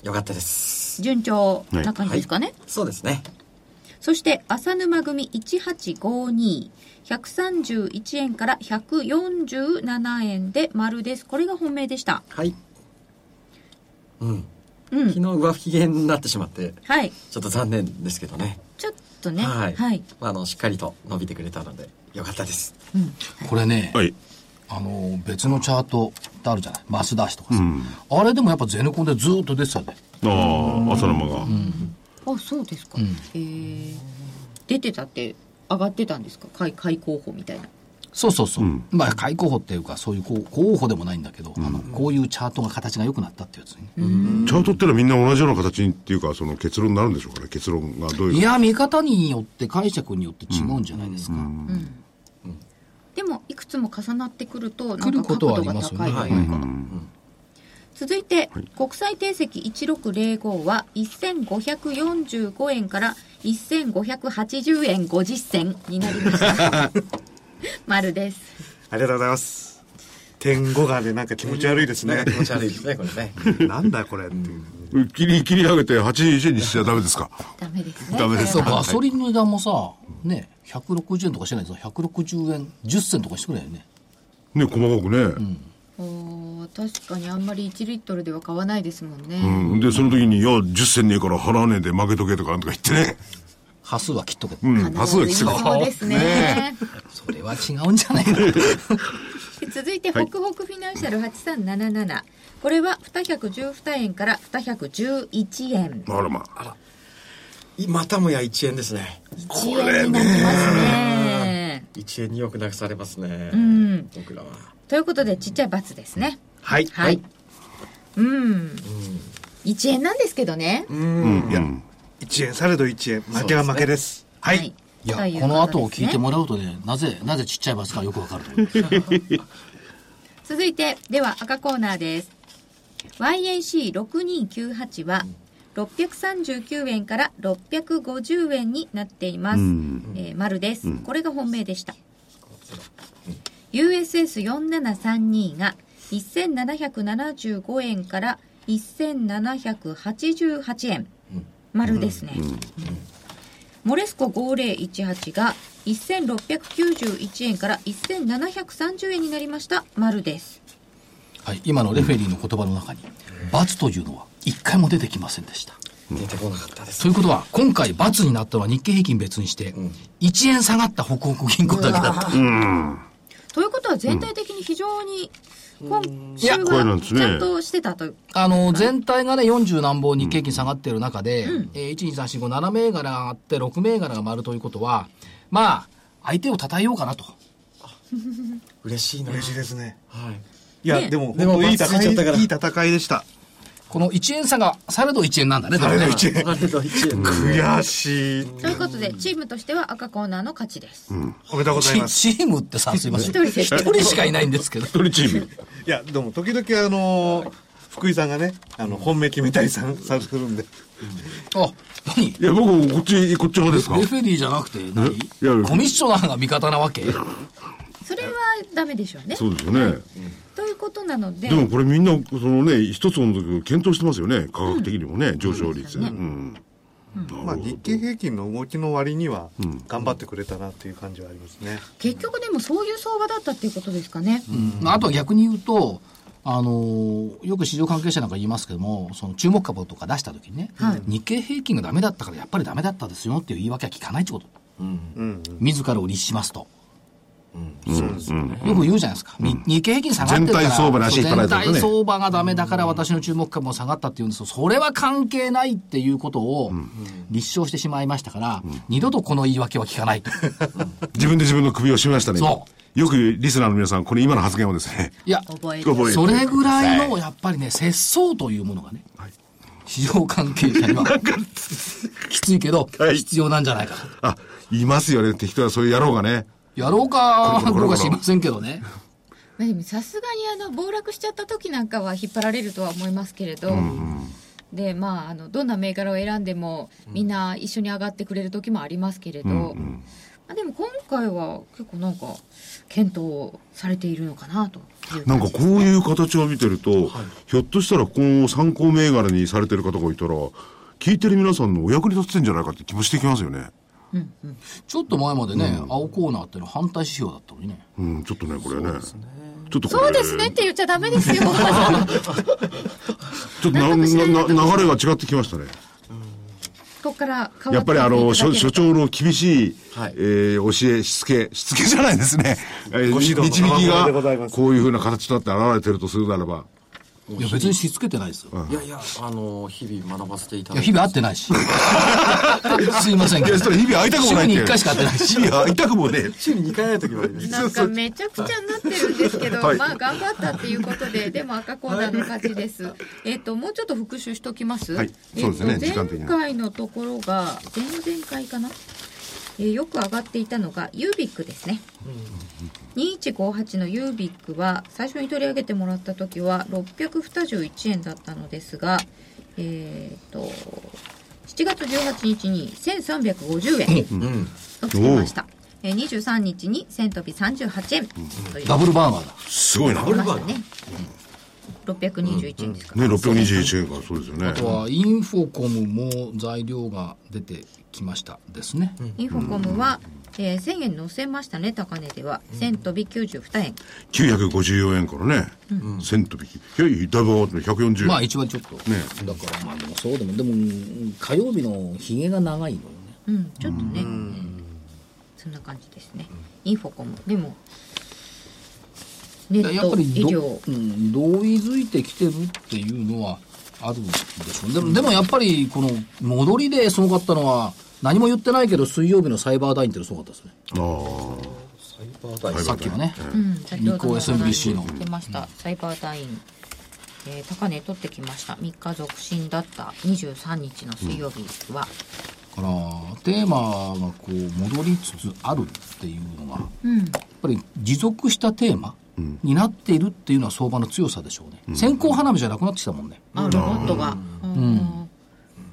[SPEAKER 3] よかったです。
[SPEAKER 1] 順調
[SPEAKER 5] はい
[SPEAKER 1] な感じですかね、
[SPEAKER 3] そうですね。
[SPEAKER 1] そして浅沼組1852 131円から147円で丸です。これが本命でした。
[SPEAKER 3] はい。うん。
[SPEAKER 1] うん
[SPEAKER 3] 昨日上機嫌になってしまって、
[SPEAKER 1] はい。
[SPEAKER 3] ちょっと残念ですけどね。
[SPEAKER 1] ちょっとね。
[SPEAKER 3] はい。
[SPEAKER 1] はい。
[SPEAKER 3] まあ、あの、しっかりと伸びてくれたので、よかったです。
[SPEAKER 2] これね、
[SPEAKER 5] はい。
[SPEAKER 2] あの別のチャートってあるじゃないマスダーシとかさ、あれでもやっぱゼネコンでずーっと出てたんで
[SPEAKER 5] ああ、朝生が。
[SPEAKER 1] あ、そうですか。えー出てたって上がってたんですか開開候補みたいな。
[SPEAKER 2] そうそうそう、まあ買い候補っていうかそういうこう候補でもないんだけど、あのこういうチャートが形が良くなったってやつね、
[SPEAKER 5] チャートってのはみんな同じような形にっていうか、その結論になるんでしょうかね。結論がどういう。
[SPEAKER 2] いや見方によって解釈によって違うんじゃないですか、
[SPEAKER 1] でも、いくつも重なってくると、な
[SPEAKER 2] 来
[SPEAKER 1] ん
[SPEAKER 2] るこ
[SPEAKER 1] か角
[SPEAKER 2] とはあ
[SPEAKER 1] 度
[SPEAKER 2] り
[SPEAKER 1] が
[SPEAKER 2] ますよね
[SPEAKER 1] 高いというか。続いて、国際定石1605は1545円から1580円50銭になりま した。丸です。
[SPEAKER 4] ありがとうございます。点五がね、なんか気持ち悪いです
[SPEAKER 3] な
[SPEAKER 4] ね
[SPEAKER 3] んか。気持ち悪いですね、これね。
[SPEAKER 4] なんだこれっていう。
[SPEAKER 5] 切り、切り上げて81円にしちゃダメですか。
[SPEAKER 1] ダメですね。
[SPEAKER 5] ダメです
[SPEAKER 2] そう
[SPEAKER 5] か。
[SPEAKER 2] ガソリンの値段もさ、ね、160円とかしてないぞ160円10銭とかしてくれよね
[SPEAKER 5] ね、細かくね。
[SPEAKER 1] おー確かにあんまり1リットルでは買わないですもんね。
[SPEAKER 5] うん。で、その時に、いや、10銭ねえから払わねえで負けとけとかなんとか言ってね。
[SPEAKER 2] 端数は切っとけ、
[SPEAKER 5] うん。多数は
[SPEAKER 1] 必
[SPEAKER 5] き
[SPEAKER 1] ず
[SPEAKER 5] つ
[SPEAKER 1] 言
[SPEAKER 5] か
[SPEAKER 1] い
[SPEAKER 5] っ
[SPEAKER 1] そう
[SPEAKER 5] た。
[SPEAKER 1] ですね。
[SPEAKER 2] それは違うんじゃないか な
[SPEAKER 1] で 続いて、北北フィナンシャル8377。これは212円から211円。
[SPEAKER 5] あらまあ。
[SPEAKER 3] いまたもや1円ですね。
[SPEAKER 1] 1円になりますね。
[SPEAKER 3] 1円によくなくされますね。
[SPEAKER 1] ん
[SPEAKER 3] 僕らは。
[SPEAKER 1] ということで、ちっちゃい罰ですね。
[SPEAKER 3] はい。
[SPEAKER 1] はい。うん。 1円なんですけどね。
[SPEAKER 5] うん、いや、
[SPEAKER 4] 1円されど1円負けは負けですは、
[SPEAKER 1] はい
[SPEAKER 2] いや
[SPEAKER 1] とう
[SPEAKER 2] この後
[SPEAKER 1] と
[SPEAKER 2] を
[SPEAKER 1] ですね
[SPEAKER 2] 聞いてもらうとねなぜなぜちっちゃいバスかよくわかると思う
[SPEAKER 1] 続いてでは赤コーナーです YAC6298 は639円から650円になっています、
[SPEAKER 5] うん
[SPEAKER 1] えー丸です、これが本命でした USS4732 が1775円から1788円丸ですね、モレスコ5018が1691円から1730円になりました丸です
[SPEAKER 2] はい今のレフェリーの言葉の中に罰というのは一回も出てきませんでした
[SPEAKER 3] 出てこなかったです
[SPEAKER 2] ということは今回罰になったのは日経平均別にして1円下がった北北銀行だけだった
[SPEAKER 1] ということは全体的に非常に今週
[SPEAKER 5] これなん
[SPEAKER 1] は
[SPEAKER 5] です
[SPEAKER 1] ち
[SPEAKER 5] ね
[SPEAKER 1] ゃんとしてたと、
[SPEAKER 2] あの全体がね40何本日経平均下がってる中で、えー、12345銘柄があって6銘柄が丸ということはまあ相手を叩えようかなと
[SPEAKER 3] 嬉しいな
[SPEAKER 4] 嬉しいですね
[SPEAKER 3] はい
[SPEAKER 4] いや、
[SPEAKER 1] ね
[SPEAKER 4] でも
[SPEAKER 3] でも
[SPEAKER 4] 本当いい
[SPEAKER 3] バツついち
[SPEAKER 4] 戦
[SPEAKER 3] ゃ
[SPEAKER 4] い
[SPEAKER 3] ったから
[SPEAKER 4] いい戦いでした
[SPEAKER 2] この1円差がされど1円なんだね
[SPEAKER 4] されど
[SPEAKER 2] でもね
[SPEAKER 4] 1円
[SPEAKER 3] あれが1円
[SPEAKER 4] 悔しい
[SPEAKER 1] ということでチームとしては赤コーナーの勝ちです、
[SPEAKER 4] おめでとうございます
[SPEAKER 2] チチームってさすいません
[SPEAKER 1] 一人で
[SPEAKER 2] 一人しかいないんですけど
[SPEAKER 5] 一人チーム。
[SPEAKER 4] いやでも時々あのー福井さんがねあの本命決めたりさされるんで
[SPEAKER 2] あ何
[SPEAKER 5] いや、僕もこっち、こっち派ですか
[SPEAKER 2] レフェリーじゃなくて何
[SPEAKER 5] えいや
[SPEAKER 2] コミッショナーが味方なわけ
[SPEAKER 1] それはダメでしょうね
[SPEAKER 5] そうですよね。
[SPEAKER 1] ということなので
[SPEAKER 5] でもこれみんな、そのね、一つの時検討してますよね。科学的にもね、上昇率。うん。
[SPEAKER 4] まあ日経平均の動きの割には頑張ってくれたなっていう感じはありますね、
[SPEAKER 1] 結局でもそういう相場だったっていうことですかね、
[SPEAKER 2] まあ、あとは逆に言うと、あのーよく市場関係者なんか言いますけども、その注目株とか出した時にね、日経平均がダメだったからやっぱりダメだったですよっていう言い訳は聞かないってこと。
[SPEAKER 4] うん
[SPEAKER 2] 自らを律しますと。
[SPEAKER 4] そうですね、
[SPEAKER 2] よく言うじゃないですか。み日経平均下がってるから。
[SPEAKER 5] 全体相場らしい
[SPEAKER 2] そう
[SPEAKER 5] か
[SPEAKER 2] 全
[SPEAKER 5] らだと
[SPEAKER 2] 体
[SPEAKER 5] ね
[SPEAKER 2] 相場がダメだから私の注目株も下がったって言うんですけど、それは関係ないっていうことを立証してしまいましたから、二度とこの言い訳は聞かない と。
[SPEAKER 5] 自分で自分の首を絞めましたね。
[SPEAKER 2] そ
[SPEAKER 5] よくリスナーの皆さん、これ今の発言をですね。
[SPEAKER 2] いや、
[SPEAKER 1] 覚えて
[SPEAKER 5] 覚えて
[SPEAKER 2] それぐらいのやっぱりね、節操というものがね、市場関係者には、きついけど、
[SPEAKER 5] はい
[SPEAKER 2] 必要なんじゃないかと。
[SPEAKER 5] あ、いますよね。適当なそういう野郎がね。
[SPEAKER 2] やろうか
[SPEAKER 5] これこれこ
[SPEAKER 2] どう
[SPEAKER 5] れ
[SPEAKER 2] か知りませんけどね。
[SPEAKER 1] まあでもさすがにあの暴落しちゃった時なんかは引っ張られるとは思いますけれど、でまああのどんな銘柄を選んでもみんな一緒に上がってくれる時もありますけれど、まあ、でも今回は結構なんか検討されているのかなという
[SPEAKER 5] なん
[SPEAKER 1] 感
[SPEAKER 5] か
[SPEAKER 1] じ
[SPEAKER 5] こういう形を見てると、ひょっとしたらこの参考銘柄にされてる方がいたら、聞いてる皆さんのお役に立ってんじゃないかって気もしてきますよね。
[SPEAKER 2] ちょっと前までね、青コーナーっていうのは反対指標だったのにね。
[SPEAKER 5] うん、ちょっとね、これね。ちょっとこ
[SPEAKER 1] そう
[SPEAKER 5] れ
[SPEAKER 1] ですねって言っちゃダメです よ
[SPEAKER 5] ちょっとななな流れが違ってきましたね。
[SPEAKER 1] ここから変わ
[SPEAKER 5] やっ
[SPEAKER 1] って
[SPEAKER 5] ぱ
[SPEAKER 1] い
[SPEAKER 5] りあ
[SPEAKER 1] ただけ
[SPEAKER 5] の、所
[SPEAKER 1] る
[SPEAKER 5] 所長の厳しい、
[SPEAKER 3] はい
[SPEAKER 5] えー教え、しつけ、しつけじゃないですね。えー
[SPEAKER 4] ご指導の
[SPEAKER 5] 導き
[SPEAKER 4] 賜物でございま
[SPEAKER 5] が、
[SPEAKER 4] す
[SPEAKER 5] こういうふうな形となって現れてるとするならば、
[SPEAKER 2] いや、別にしつけてないですよ。
[SPEAKER 3] いやいやあの日々学ばせていただ
[SPEAKER 2] いや、
[SPEAKER 3] いて
[SPEAKER 2] 日々会ってないし。すいません
[SPEAKER 5] い
[SPEAKER 2] け
[SPEAKER 5] や、
[SPEAKER 2] ど。
[SPEAKER 5] それ日々会いたくもない
[SPEAKER 2] 週に
[SPEAKER 5] って。
[SPEAKER 2] 一回しか会ってないし。
[SPEAKER 5] 日々会いたくもねえ。
[SPEAKER 3] 週に2回会う時もあります
[SPEAKER 1] なんかめちゃくちゃになってるんですけど、
[SPEAKER 5] はい
[SPEAKER 1] まあ頑張ったっていうことで、でも赤コーナーの勝ちです。えっと、もうちょっと復習しときます。
[SPEAKER 5] はいそうですね
[SPEAKER 1] えっと
[SPEAKER 5] 時間的に
[SPEAKER 1] 前回のところが、前々回かな。えーよく上がっていたのが、ユービックですね。2158のユービックは、最初に取り上げてもらった時は、621円だったのですが、えっと、7月18日に1350円をつけました。えー23日に1000飛び38円という
[SPEAKER 2] ダブルバーガーだ。
[SPEAKER 5] すごいな。ね、
[SPEAKER 1] ましたね。621円ですか。
[SPEAKER 5] 621円からそうですよね
[SPEAKER 2] あ。とは、インフォコムも材料が出てきましたですね。
[SPEAKER 1] インフォコムは、えー1000円乗せましたね、高値では。1000飛び92円。
[SPEAKER 5] 954円からね、1000飛びき。いや、だいぶ上がってる140円。
[SPEAKER 2] まあ一番ちょっと、
[SPEAKER 5] ね
[SPEAKER 2] だからまあでもそうでもでもうん火曜日のひげが長いのよね
[SPEAKER 1] うん、ちょっとね。そんな感じですね。インフォコム。でも、ネ
[SPEAKER 2] だから
[SPEAKER 1] ッ
[SPEAKER 2] やっ
[SPEAKER 1] ト
[SPEAKER 2] ぱり
[SPEAKER 1] 医
[SPEAKER 2] ど
[SPEAKER 1] 療。
[SPEAKER 2] うん、同意づいてきてるっていうのはあるんでしょうでもでもやっぱりこの戻りですごかったのは何も言ってないけど水曜日のサイバーダインっていうのすごかったですね
[SPEAKER 5] あー
[SPEAKER 2] さっきのね、
[SPEAKER 1] うん、先ほども
[SPEAKER 2] 日
[SPEAKER 1] 話
[SPEAKER 2] 興 SMBC の
[SPEAKER 1] してました。サイバーダイン。ええー高値取ってきました3日続伸だった23日の水曜日は、
[SPEAKER 2] だからテーマがこう戻りつつあるっていうのが、やっぱり持続したテーマになっているっていうのは相場の強さでしょうね、線香花火じゃなくなってきたもんね
[SPEAKER 1] あロボットが、うん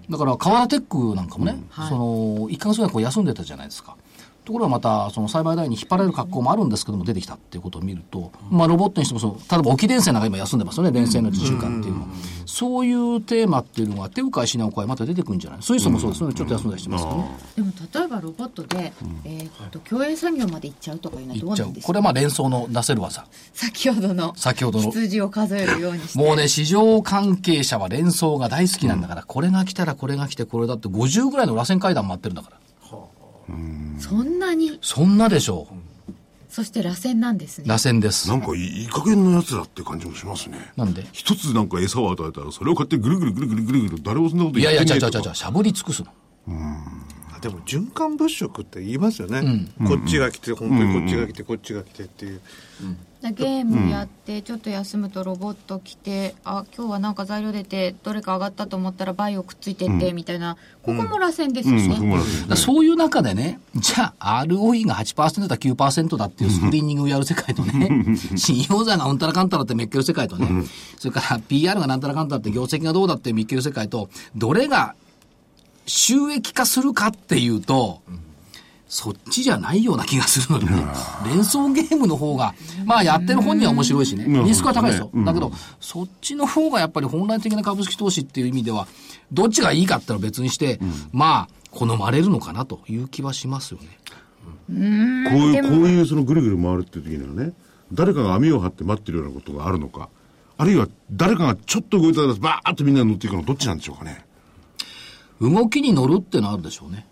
[SPEAKER 2] だから川原テックなんかもね、
[SPEAKER 1] はい
[SPEAKER 2] その1か月ぐらいこう休んでたじゃないですかところがまたその栽培ラインに引っ張られる格好もあるんですけども出てきたっていうことを見ると、まあ、ロボットにしてもそう例えば沖電線なんか今休んでますよね連戦の自中間っていうのは、そういうテーマっていうのが手を返しなお声また出てくるんじゃない水素もそうですよね、ちょっと休んだりしてますけどね、
[SPEAKER 1] でも例えばロボットで、えーっと共演産業まで行っちゃうとかいうのはど
[SPEAKER 2] いうっちゃ
[SPEAKER 1] な
[SPEAKER 2] うん
[SPEAKER 1] です
[SPEAKER 2] これ
[SPEAKER 1] か
[SPEAKER 2] はまあ連想の出せる技
[SPEAKER 1] 先ほどの
[SPEAKER 2] 先ほどの
[SPEAKER 1] 羊を数えるようにして
[SPEAKER 2] もうね市場関係者は連想が大好きなんだから、これが来たらこれが来てこれだって50ぐらいの螺旋階段待ってるんだから
[SPEAKER 1] そんなに
[SPEAKER 2] そんなでしょう
[SPEAKER 1] そして螺旋なんですね
[SPEAKER 2] 螺旋です
[SPEAKER 5] なんかいいいい加減なやつだって感じもしますね。
[SPEAKER 2] なんで
[SPEAKER 5] 一つなんか餌を与えたら、それを買ってぐるぐるぐるぐるぐるぐる、誰もそんなこと
[SPEAKER 2] い
[SPEAKER 5] 言
[SPEAKER 2] や
[SPEAKER 5] っ
[SPEAKER 2] いや、
[SPEAKER 5] て
[SPEAKER 2] ち
[SPEAKER 5] な
[SPEAKER 2] ゃ
[SPEAKER 5] いう
[SPEAKER 2] ちゃ
[SPEAKER 5] と
[SPEAKER 2] うちゃうちゃ
[SPEAKER 5] か
[SPEAKER 2] う、しゃぶり尽くすの。
[SPEAKER 4] あでも循環物色って言いますよね、こっちが来て本当にこっちが来てこっちが来てっていう、
[SPEAKER 6] だゲームやってちょっと休むとロボット来て、あ今日はなんか材料出てどれか上がったと思ったらバイオくっついてってみたいな、ここも螺旋ですよ
[SPEAKER 5] うん、
[SPEAKER 6] ね、
[SPEAKER 5] そこまでです
[SPEAKER 2] だから
[SPEAKER 5] ね。
[SPEAKER 2] そういう中でね、じゃあ ROE が8%だ9%だっていうスクリーニングをやる世界と ね、信用罪がうんたらかんたらってめっける世界とね、それから PR がなんたらかんたらって業績がどうだってめっける世界と、どれが収益化するかっていうと、そっちじゃないような気がするのよね。連想ゲームの方が、まあやってる本人は面白いしね、
[SPEAKER 5] ん
[SPEAKER 2] リスクは高いですよ。
[SPEAKER 5] うん
[SPEAKER 2] だけど、そっちの方がやっぱり本来的な株式投資っていう意味では、どっちがいいかってのは別にして、まあ、好まれるのかなという気はしますよね。
[SPEAKER 5] こういう、こういうそのぐるぐる回るっていう時にはね、誰かが網を張って待ってるようなことがあるのか、あるいは誰かがちょっと動いたらバーッとみんな乗っていくのどっちなんでしょうかね。
[SPEAKER 2] 動きに乗るってのはあるでしょうね。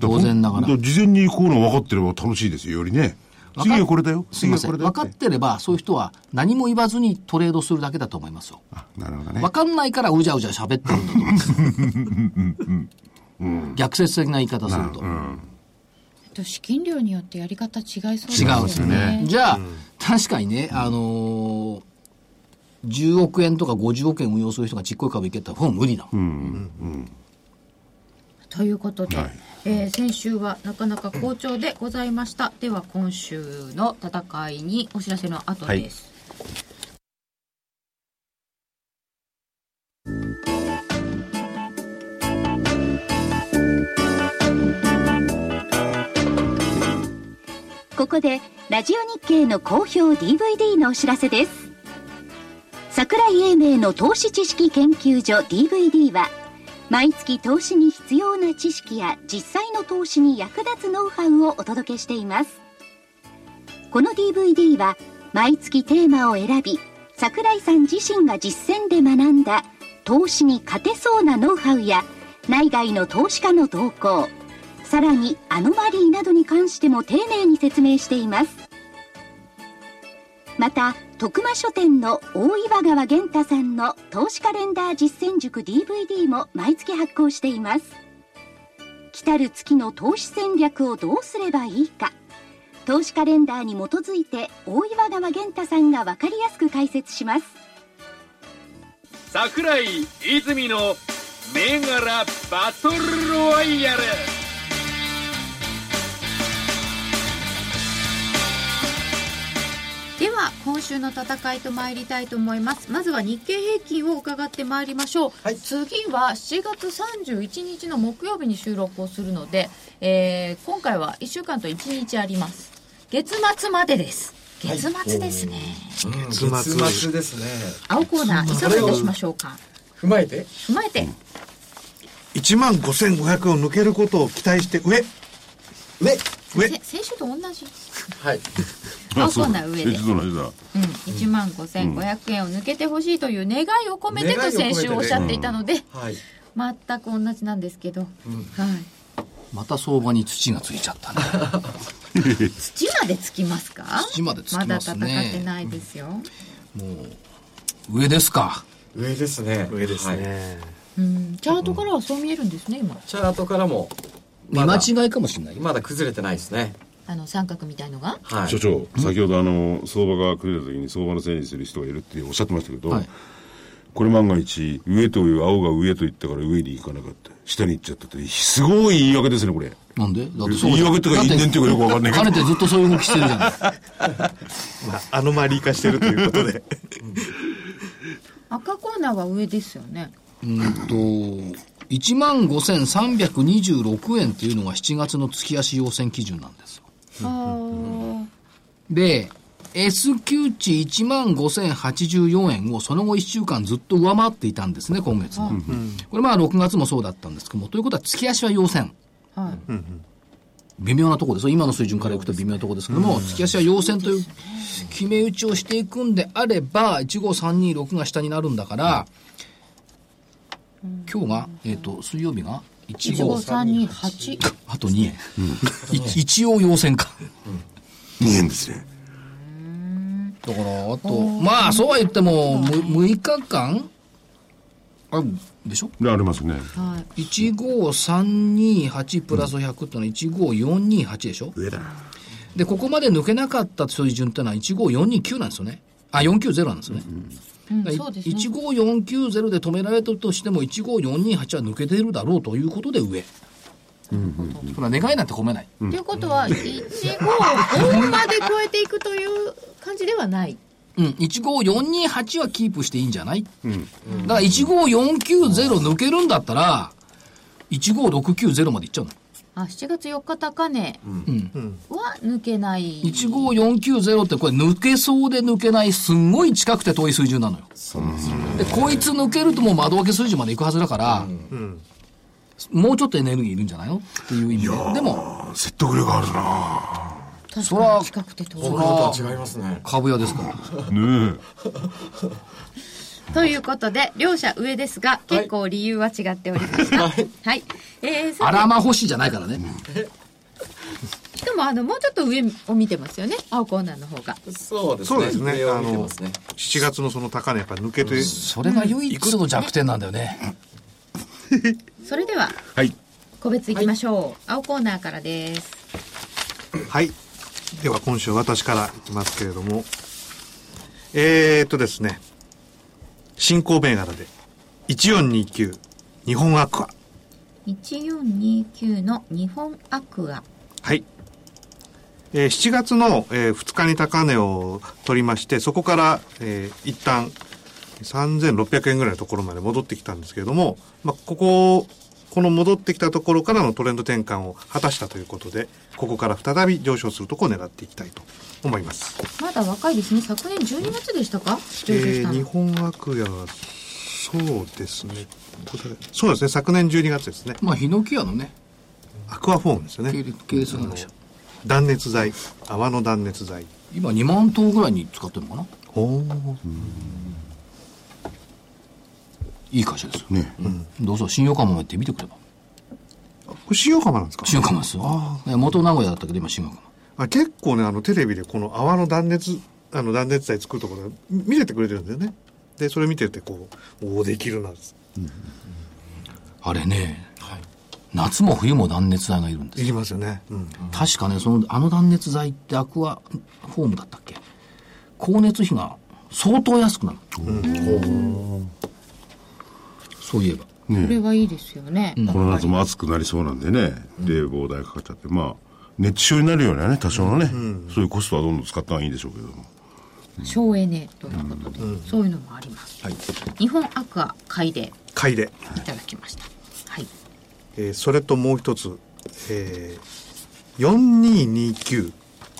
[SPEAKER 2] 当然ながら
[SPEAKER 5] だ。から事前にこういうの分かってれば楽しいですよ、よりね。
[SPEAKER 2] わか
[SPEAKER 5] 次はこれだよ。
[SPEAKER 2] す
[SPEAKER 5] 次
[SPEAKER 2] みま
[SPEAKER 5] は
[SPEAKER 2] せん。
[SPEAKER 5] これだ
[SPEAKER 2] 分
[SPEAKER 5] よ。
[SPEAKER 2] かってれば、そういう人は何も言わずにトレードするだけだと思いますよ。
[SPEAKER 5] あなるほどね
[SPEAKER 2] 分。かんないからうじゃうじゃ喋ってるんだと思います。逆説的な言い方すると。
[SPEAKER 1] と資金量によってやり方違いそうです
[SPEAKER 2] 違うん
[SPEAKER 1] よ
[SPEAKER 2] ですよね。じゃあ、確かにね、あのー10億円とか50億円運用する人がちっこい株いけたら、ほん無理だもん。
[SPEAKER 1] ということで、
[SPEAKER 5] はい
[SPEAKER 1] えー先週はなかなか好調でございましたでは今週の戦いにお知らせの後です、
[SPEAKER 8] ここでラジオ日経の好評 DVD のお知らせです桜井英明の投資知識研究所 DVD は毎月投資に必要な知識や実際の投資に役立つノウハウをお届けしていますこの DVD は毎月テーマを選び桜井さん自身が実践で学んだ投資に勝てそうなノウハウや内外の投資家の動向さらにアノマリーなどに関しても丁寧に説明していますまた徳間書店の大岩川源太さんの投資カレンダー実践塾 DVD も毎月発行しています来たる月の投資戦略をどうすればいいか投資カレンダーに基づいて大岩川源太さんが分かりやすく解説します
[SPEAKER 9] 桜井泉の銘柄バトルロワイヤル
[SPEAKER 1] では今週の戦いと参りたいと思いますまずは日経平均を伺ってまいりましょう、次は7月31日の木曜日に収録をするので、えー今回は1週間と1日あります月末までです月末ですね、
[SPEAKER 4] 月末
[SPEAKER 10] 月末ですね
[SPEAKER 1] 青コーナーいかがしましょうか
[SPEAKER 10] 踏まえて
[SPEAKER 1] 踏まえて
[SPEAKER 4] 1万5500を抜けることを期待して上
[SPEAKER 10] 上
[SPEAKER 4] 上
[SPEAKER 1] せ先週と同じ
[SPEAKER 10] はい
[SPEAKER 5] あ
[SPEAKER 1] 青コーナー上で
[SPEAKER 5] そうえちょっと同じだ。
[SPEAKER 1] うん、1万5500円を抜けてほしいという願いを込めて
[SPEAKER 10] 願い
[SPEAKER 1] と
[SPEAKER 10] を込めて
[SPEAKER 1] 先週おっしゃっていたので、
[SPEAKER 10] はい
[SPEAKER 1] 全く同じなんですけど、はい、
[SPEAKER 2] また相場に土がついちゃったね。
[SPEAKER 1] 土までつきますか
[SPEAKER 2] 土までつきますね
[SPEAKER 1] まだ戦ってないですよ、
[SPEAKER 2] 上ですか。
[SPEAKER 10] 上ですね上ですね、はい
[SPEAKER 1] うん、チャートからはそう見えるんですね今
[SPEAKER 10] チャートからも
[SPEAKER 2] 見間
[SPEAKER 10] だ
[SPEAKER 2] 違いかもしれないよ。
[SPEAKER 10] まだ崩れてないですね
[SPEAKER 1] あの三角みたいのが
[SPEAKER 3] はい。
[SPEAKER 5] 所長、先ほどあの、相場が崩れた時に相場のせいにする人がいるっておっしゃってましたけど、
[SPEAKER 2] はい
[SPEAKER 5] これ万が一、上という、青が上と言ったから上に行かなかった。下に行っちゃったって、すごい言い訳ですね、これ。
[SPEAKER 2] なんでだ
[SPEAKER 5] 言い訳とか
[SPEAKER 2] だ
[SPEAKER 5] 因縁とかよくわかんないけど
[SPEAKER 2] かねてずっとそういう動きしてるじゃない。
[SPEAKER 4] まあ、アノマリー化してるということで
[SPEAKER 1] 赤コーナーは上ですよね
[SPEAKER 2] うんと、1万5326円っていうのが7月の月足要線基準なんですよ。で、S q 値1万5084円をその後1週間ずっと上回っていたんですね、今月も。これまあ6月もそうだったんですけども、ということは月足は要線。
[SPEAKER 1] はい
[SPEAKER 2] 微妙なところですよ今の水準からいくと微妙なところですけども、月足は陽線という決め打ちをしていくんであれば、15326が下になるんだから、今日が、えっ、と、水曜日が
[SPEAKER 1] 一五
[SPEAKER 2] 15、
[SPEAKER 1] 三二八
[SPEAKER 2] あと2円。一 一応陽線か。
[SPEAKER 5] 2円ですね。
[SPEAKER 2] だから、あと、まあ、そうは言っても、む6日間あるでしょ
[SPEAKER 5] で、ありますね。
[SPEAKER 2] 15328プラス100ってのは15428でしょ
[SPEAKER 4] 上だ
[SPEAKER 2] で、ここまで抜けなかった水準ってのは15429なんですよね。あ、490なんですよね。だから
[SPEAKER 1] そうですね
[SPEAKER 2] 15490で止められたとしても、15428は抜けてるだろうということで上。ほら、願いなんて込めない。
[SPEAKER 1] ということは155まで超えていくという感じではない
[SPEAKER 2] うん、15428はキープしていいんじゃない、だから15490抜けるんだったら、15690までいっちゃうの。
[SPEAKER 1] あ7月4日高値
[SPEAKER 2] ん
[SPEAKER 1] は抜けない、
[SPEAKER 2] 15490ってこれ抜けそうで抜けない、すんごい近くて遠い水準なのよ。でこいつ抜けるともう窓開け水準まで行くはずだから、もうちょっとエネルギーいるんじゃないのっていう意味で。でも、
[SPEAKER 5] あ説得力あるな
[SPEAKER 1] 確
[SPEAKER 2] そら
[SPEAKER 1] かに近くて遠い
[SPEAKER 2] そ
[SPEAKER 3] 僕のと
[SPEAKER 2] ら
[SPEAKER 3] は、違いますね。
[SPEAKER 2] 株屋ですから。
[SPEAKER 5] ね
[SPEAKER 1] ということで両者上ですが結構理由は違っておりましたはい、えー、
[SPEAKER 2] あ
[SPEAKER 1] さ
[SPEAKER 2] らま星じゃないからね。
[SPEAKER 1] てしかもあのもうちょっと上を見てますよね青コーナーの方が
[SPEAKER 3] そうですね。
[SPEAKER 4] そうですね
[SPEAKER 3] 上を見
[SPEAKER 4] あ
[SPEAKER 3] て
[SPEAKER 4] の
[SPEAKER 3] ますね。
[SPEAKER 4] 7月のその高値やっぱ抜けて、
[SPEAKER 2] それが唯一の弱点なんだよね。
[SPEAKER 1] それでは
[SPEAKER 5] え。はい。
[SPEAKER 1] 個別いきましょう、青コーナーからです
[SPEAKER 4] はい。では今週私からいきますけれども。えー、っとですね。新興銘柄で。1429。日本アクア。
[SPEAKER 1] 1429の日本アクア
[SPEAKER 4] はい。えー7月の、え2日に高値を取りまして、そこから、えー一旦3600円ぐらいのところまで戻ってきたんですけれども、まあ、ここ、この戻ってきたところからのトレンド転換を果たしたということで、ここから再び上昇するところを狙っていきたいと思います。
[SPEAKER 1] まだ若いですね昨年12月でしたか上場し
[SPEAKER 4] え
[SPEAKER 1] た
[SPEAKER 4] ー
[SPEAKER 1] の、
[SPEAKER 4] 日本アクア、そうですね。これそうですね。昨年12月ですね。
[SPEAKER 2] まあ、ヒノキ屋のね、
[SPEAKER 4] アクアフォームですよ
[SPEAKER 2] 系
[SPEAKER 4] ね。
[SPEAKER 2] 経営する会社。
[SPEAKER 4] 断熱材。泡の断熱材。
[SPEAKER 2] 今2万頭ぐらいに使ってるのかな
[SPEAKER 4] お
[SPEAKER 2] いい会社ですよ。
[SPEAKER 5] ね
[SPEAKER 2] どうぞ新横浜行って見てくれば。
[SPEAKER 4] これ新横浜なんですか
[SPEAKER 2] 新横浜ですよ。え元名古屋だったけど今新横浜。
[SPEAKER 4] あ結構ね、あの、テレビでこの泡の断熱、あの、断熱材作るところがみ見れてくれてるんだよね。で、それ見てて、こう、おお、できるな。
[SPEAKER 2] あれね、夏も冬も断熱材がいるんです
[SPEAKER 4] いりますよね。うん。
[SPEAKER 2] 確かねそのあの断熱材ってアクアフォームだったっけ光熱費が相当安くなる、そういえば
[SPEAKER 1] これはいいですよね、
[SPEAKER 5] この夏も暑くなりそうなんでね、冷房代かかっちゃって、まあ、熱中症になるようなね、多少のね、そういうコストはどんどん使った方がいいんでしょうけども。
[SPEAKER 1] 省エネということで、そういうのもあります、日本アクア買いで
[SPEAKER 4] 買いで。
[SPEAKER 1] いただきましたはい
[SPEAKER 4] えーそれともう一つ、えー、4229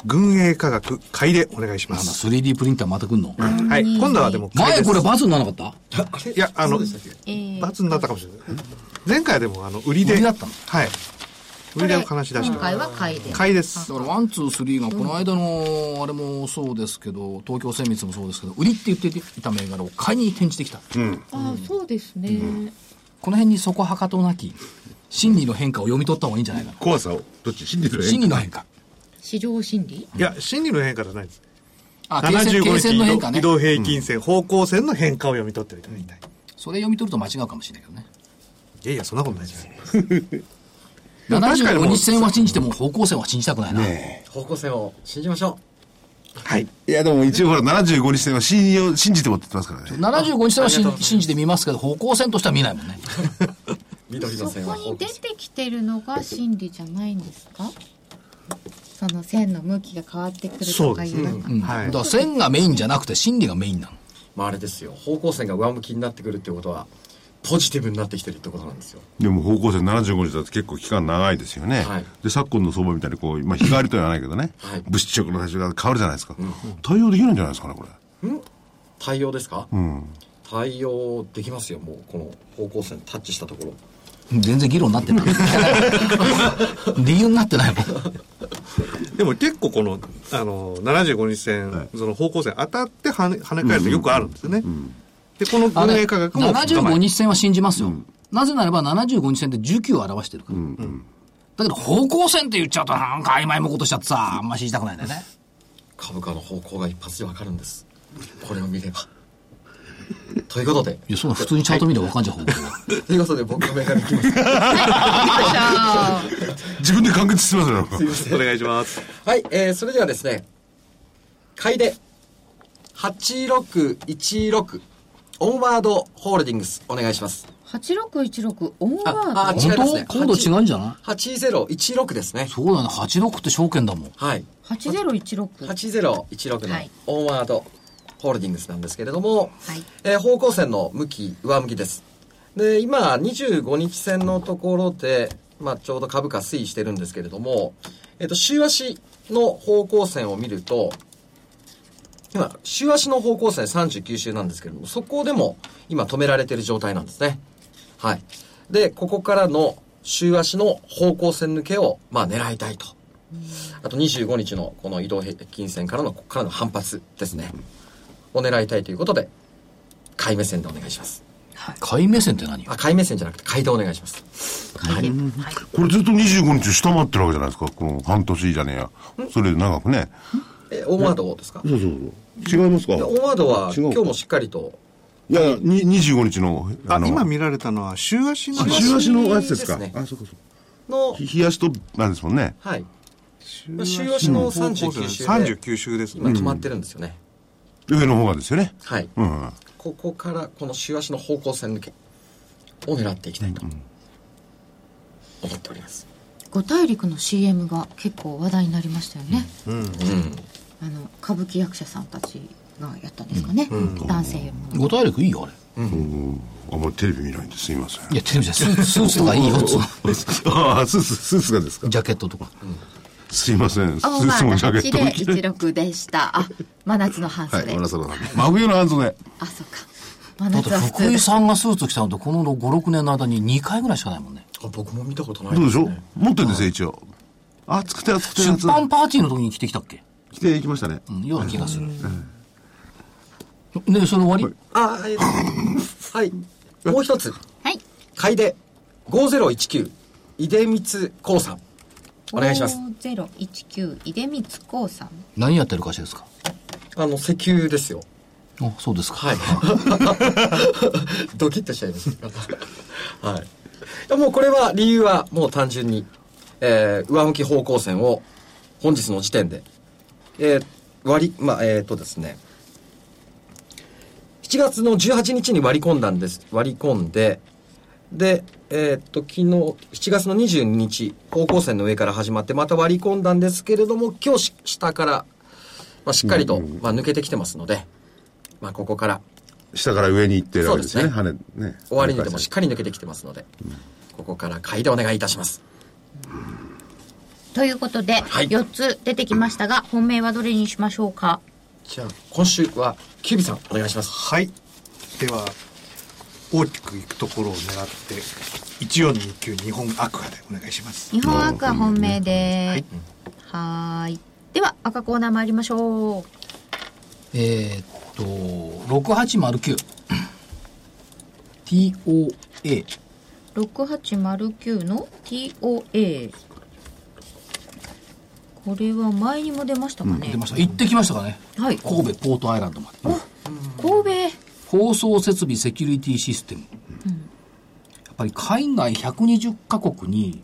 [SPEAKER 4] 軍営科学買いでお願いしま
[SPEAKER 2] なんだ
[SPEAKER 4] す。
[SPEAKER 2] 3D プリンターまた来んの
[SPEAKER 4] はい。今度はでも買い
[SPEAKER 2] 前
[SPEAKER 4] です
[SPEAKER 2] これバズにならなかっ
[SPEAKER 4] いや、あの、
[SPEAKER 1] えー、
[SPEAKER 4] 罰になったかもしれない。前回でも、あの、売りで。
[SPEAKER 2] 売りだったの
[SPEAKER 4] はい。売りで話し出し
[SPEAKER 1] 今回は
[SPEAKER 4] た。
[SPEAKER 1] 買いで
[SPEAKER 4] 買いで
[SPEAKER 2] た
[SPEAKER 4] す
[SPEAKER 2] だ。からワンツースリーがこの間のあれもそうですけど東京精密もそうですけど売りって言っていた銘柄を買いに転じてきた、
[SPEAKER 1] ああそうですね、
[SPEAKER 2] この辺にそこはかとなき心理の変化を読み取った方がいいんじゃないかな
[SPEAKER 5] 怖さを、どっち信じてる
[SPEAKER 2] 心理の変化
[SPEAKER 1] 市場心理
[SPEAKER 4] いや、心理の変化じゃないです。
[SPEAKER 2] あ
[SPEAKER 4] 75
[SPEAKER 2] 線
[SPEAKER 4] 日
[SPEAKER 2] 線の変化
[SPEAKER 4] 移
[SPEAKER 2] ね
[SPEAKER 4] 動平均線、方向線の変化を読み取っていただきたい。
[SPEAKER 2] それ読み取ると間違うかもしれないけどね
[SPEAKER 4] いやいや、そんなことないですよ。も確かに
[SPEAKER 2] 75
[SPEAKER 4] もう
[SPEAKER 2] 日線は信じても方向線は信じたくないな。
[SPEAKER 5] ね
[SPEAKER 10] 方向性を信じましょ
[SPEAKER 4] はい。
[SPEAKER 5] え。いや、でも一応ほら、75日線は信用、信じてもって言ってますからね。
[SPEAKER 2] 75日線は信
[SPEAKER 10] ありがとうございます
[SPEAKER 2] 信じてみますけど、方向線としては見ないもんね。
[SPEAKER 10] う。緑の
[SPEAKER 6] そ
[SPEAKER 10] 線
[SPEAKER 6] こ
[SPEAKER 10] は
[SPEAKER 6] に
[SPEAKER 10] 方
[SPEAKER 6] 出
[SPEAKER 10] 向性。
[SPEAKER 6] てきてるのが真理じゃないんですかその線の向きが変わってくるとかい
[SPEAKER 4] そう
[SPEAKER 6] う
[SPEAKER 4] です
[SPEAKER 6] の
[SPEAKER 4] ね
[SPEAKER 6] が
[SPEAKER 2] うん
[SPEAKER 4] はい
[SPEAKER 2] だから線がメインじゃなくて心理がメインなの。
[SPEAKER 10] まああれですよ。方向性が上向きになってくるってことは、ポジティブになってきてるってことなんですよ。
[SPEAKER 5] でも方向線75日だって結構期間長いですよね。
[SPEAKER 10] はい
[SPEAKER 5] で、昨今の相場みたいにこう、まあ日替わりとは言わないけどね、
[SPEAKER 10] はい
[SPEAKER 5] 物質食の立場が変わるじゃないですか。対応できないんじゃないですかね、これ。
[SPEAKER 10] 対応ですか、
[SPEAKER 5] うん。
[SPEAKER 10] 対応できますよ。もうこの方向線タッチしたところ。
[SPEAKER 2] 全然議論になって ない。理由になってないもん。
[SPEAKER 4] でも結構この、あの、75日線、その方向線当たって跳ね跳ね返るってよくあるんですよね。で、この
[SPEAKER 2] あ
[SPEAKER 4] 文
[SPEAKER 2] れ、
[SPEAKER 4] 明科学も
[SPEAKER 2] 75日線は信じますよ。なぜならば75日線って19を表してるから。だけど方向線って言っちゃうとなんか曖昧もことしちゃってさ、あんま信じたくないんだよね。
[SPEAKER 10] 株価の方向が一発でわかるんです。これを見れば。 ということで。
[SPEAKER 2] いや、そんな普通にチャート見ればわかんじゃん、方向が。
[SPEAKER 10] ということで僕の目ができます。
[SPEAKER 5] 自分で完結してますよ、なんか
[SPEAKER 4] お願いします。
[SPEAKER 10] はい、えー、それではですね、買いで、8616、オンワードホールディングス、お願いします。
[SPEAKER 6] 8616オンワード
[SPEAKER 10] あ違いますね
[SPEAKER 2] 本当今度違うんじゃない
[SPEAKER 10] 8016ですね。
[SPEAKER 2] そうだね、86って証券だもん。
[SPEAKER 10] はい。
[SPEAKER 6] 8016
[SPEAKER 10] 8016の
[SPEAKER 6] はい
[SPEAKER 10] オンワードホールディングスなんですけれども、
[SPEAKER 6] はい
[SPEAKER 10] えー方向線の向き、上向きです。で、今、25日線のところで、まあ、ちょうど株価推移してるんですけれども、えっ、と、週足の方向線を見ると、今、週足の方向線39週なんですけれども、そこでも今止められてる状態なんですね。はい。で、ここからの週足の方向線抜けを、まあ、狙いたいと。あと25日のこの移動平均線からの、ここからの反発ですね。を狙いたいということで、買い目線でお願いします。
[SPEAKER 2] 買い目線って何
[SPEAKER 10] あ、買い目線じゃなくて買いでお願いします。
[SPEAKER 5] これずっと25日下回ってるわけじゃないですか。この半年じゃねえや。それで長くね。
[SPEAKER 10] え、オンワードですか
[SPEAKER 5] そうそうそう。違いますか
[SPEAKER 10] いやオンワードは
[SPEAKER 5] 違
[SPEAKER 10] 今
[SPEAKER 5] う
[SPEAKER 10] 日もしっかりと、
[SPEAKER 5] いや、に25日の、
[SPEAKER 4] あ、今見られたのは週足の
[SPEAKER 5] あ、週足のやつですか。
[SPEAKER 10] ですね
[SPEAKER 5] あ、そうかそう
[SPEAKER 10] の
[SPEAKER 5] か。、ひ冷やしと、なんですもんね。
[SPEAKER 10] はい。週足の39週で、
[SPEAKER 4] 39週です
[SPEAKER 10] 今
[SPEAKER 4] ね。
[SPEAKER 10] 止まってるんですよね。
[SPEAKER 5] 上の方がですよね。
[SPEAKER 10] はい。
[SPEAKER 5] うん。
[SPEAKER 10] ここからこの週足の方向線抜けを狙っていきたいと思っております。
[SPEAKER 6] 五大陸の CM が結構話題になりましたよね、
[SPEAKER 10] うん。
[SPEAKER 6] あの歌舞伎役者さんたちがやったんですかね、男性もの
[SPEAKER 2] 五体力いいよ、あれ。
[SPEAKER 5] あんまりテレビ見ないんです。すいません。
[SPEAKER 2] いや、テレビじゃスーツ、スーツとかいいよ、つ
[SPEAKER 5] ああ、スーツ、スーツがです か。
[SPEAKER 2] ジャケットとか。
[SPEAKER 5] すいません。ス
[SPEAKER 6] オー
[SPEAKER 5] ー
[SPEAKER 6] バ
[SPEAKER 5] ツもジ
[SPEAKER 6] ー
[SPEAKER 5] ャ
[SPEAKER 6] の
[SPEAKER 5] ケットも着て。
[SPEAKER 6] 8016でしたあ真夏の半
[SPEAKER 5] は
[SPEAKER 6] 袖、
[SPEAKER 5] い、マラソンの。真冬の半袖。
[SPEAKER 6] あそっか真
[SPEAKER 2] だって
[SPEAKER 6] 夏は普
[SPEAKER 2] 福
[SPEAKER 6] 通
[SPEAKER 2] 井
[SPEAKER 6] だ
[SPEAKER 2] さんがスーツ着たのとこの5、6年の間に2回ぐらいしかないもんね。
[SPEAKER 10] あ僕も見たことない
[SPEAKER 5] どうでしょ
[SPEAKER 10] ね
[SPEAKER 5] う持ってるんですよ、一応。暑くて暑くて
[SPEAKER 2] 出
[SPEAKER 5] 夏。
[SPEAKER 2] 版パーティーの時に着てきたっけ
[SPEAKER 5] 着ていきましたね。
[SPEAKER 2] うん、ような気がする。ねその終わり
[SPEAKER 10] あ、えーはい。もう一つ。
[SPEAKER 8] はい。
[SPEAKER 10] 買いで5019、井出光興産。お願いします。
[SPEAKER 6] 5019出光興産
[SPEAKER 2] 何やってる会社ですか
[SPEAKER 10] あの、石油ですよ。
[SPEAKER 2] あ、そうですか。
[SPEAKER 10] はい。ドキッとしちゃいました。はい。いやもうこれは、理由はもう単純に、えー、上向き方向線を本日の時点で、えー、割り、まあ、えっ、とですね、7月の18日に割り込んだんです。割り込んで、で、えーっと、昨日、7月の22日、方向線の上から始まって、また割り込んだんですけれども、今日し下から、まあ、しっかりと、まあ、抜けてきてますので、まあ、ここから、
[SPEAKER 5] 下から上に行ってるわけですよね。
[SPEAKER 10] そ
[SPEAKER 5] 羽ね。
[SPEAKER 10] 終わりにでもしっかり抜けてきてますので、ここから買いでお願いいたします。
[SPEAKER 6] ということで、
[SPEAKER 10] い
[SPEAKER 6] 4つ出てきましたが本命はどれにしましょうか
[SPEAKER 10] じゃあ、今週は、キュビさん、お願いします。
[SPEAKER 4] はい。では、大きくいくところを狙って、1429日本アクアでお願いします。
[SPEAKER 6] 日本アクア本命ではーいでは赤コーナー参りましょう
[SPEAKER 2] えーっと、6809。TOA。
[SPEAKER 6] 6809の TOA これは前にも出ましたかね、
[SPEAKER 2] 出ました。行ってきましたかね。
[SPEAKER 6] はい
[SPEAKER 2] 神戸ポートアイランドまで。
[SPEAKER 6] 神戸
[SPEAKER 2] 放送設備セキュリティシステム、やっぱり海外120カ国に、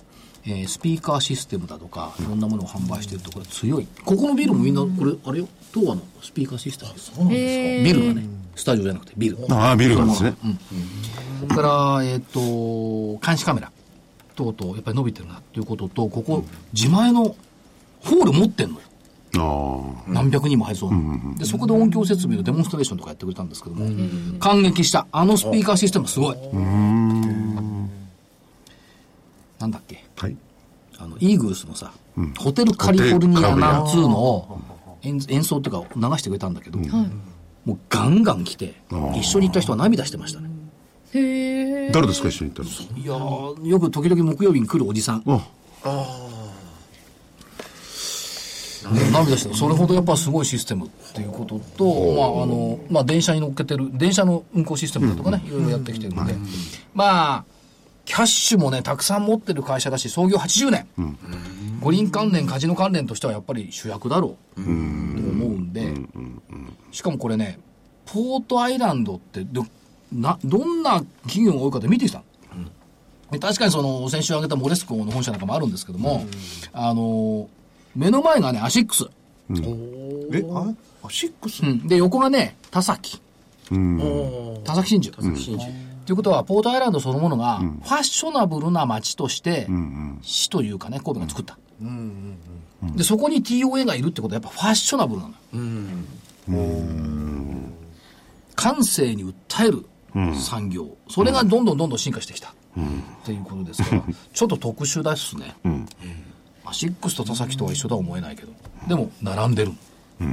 [SPEAKER 2] えースピーカーシステムだとか、いろんなものを販売しているところが強い。ここのビルもみんな、これ、あれよ、東和のスピーカーシステムです。ビルがね、スタジオじゃなくてビル。
[SPEAKER 5] ああ、ビルがですね。
[SPEAKER 2] それから、えっ、と、監視カメラ等々、やっぱり伸びてるなということと、ここ、自前のホール持ってんのよ。
[SPEAKER 5] ああ。
[SPEAKER 2] 何百人も配送、で、そこで音響設備のデモンストレーションとかやってくれたんですけども、感激した。あのスピーカーシステムすごい。なんだっけ
[SPEAKER 5] はい。
[SPEAKER 2] あの、イーグルスのさ、ホテルカリフォルニアナ2のを演演奏っていうか流してくれたんだけど、もうガンガン来て、一緒に行った人は涙してましたね。
[SPEAKER 5] 誰ですか、一緒に行っ
[SPEAKER 2] いやーよく時々木曜日に来るおじさん
[SPEAKER 5] た。の。あ
[SPEAKER 2] 涙してるそれほどやっぱすごいシステムっていうことと、まああのまあ、電車に乗っけてる電車の運行システムだとかね、いろいろやってきてるので、まあキャッシュもねたくさん持ってる会社だし創業80年、五輪関連カジノ関連としてはやっぱり主役だろうと思うんで、しかもこれねポートアイランドってどなどんな企業が多いかって見てきたので確かにその先週挙げたモレスコの本社なんかもあるんですけども、あの目の前がねアシックス、
[SPEAKER 4] え、ああシックス
[SPEAKER 2] うん、で横がね田崎田崎真珠
[SPEAKER 10] 信じ
[SPEAKER 2] ということはポートアイランドそのものがファッショナブルな街として、市というかね神戸が作った、でそこに TOA がいるってことはやっぱファッショナブルなのよ、感性に訴える産業、それがどんどんどんどん進化してきた、っていうことですからちょっと特殊だっすね、アシックスと田崎とは一緒とは思えないけどでも並んでる、やっ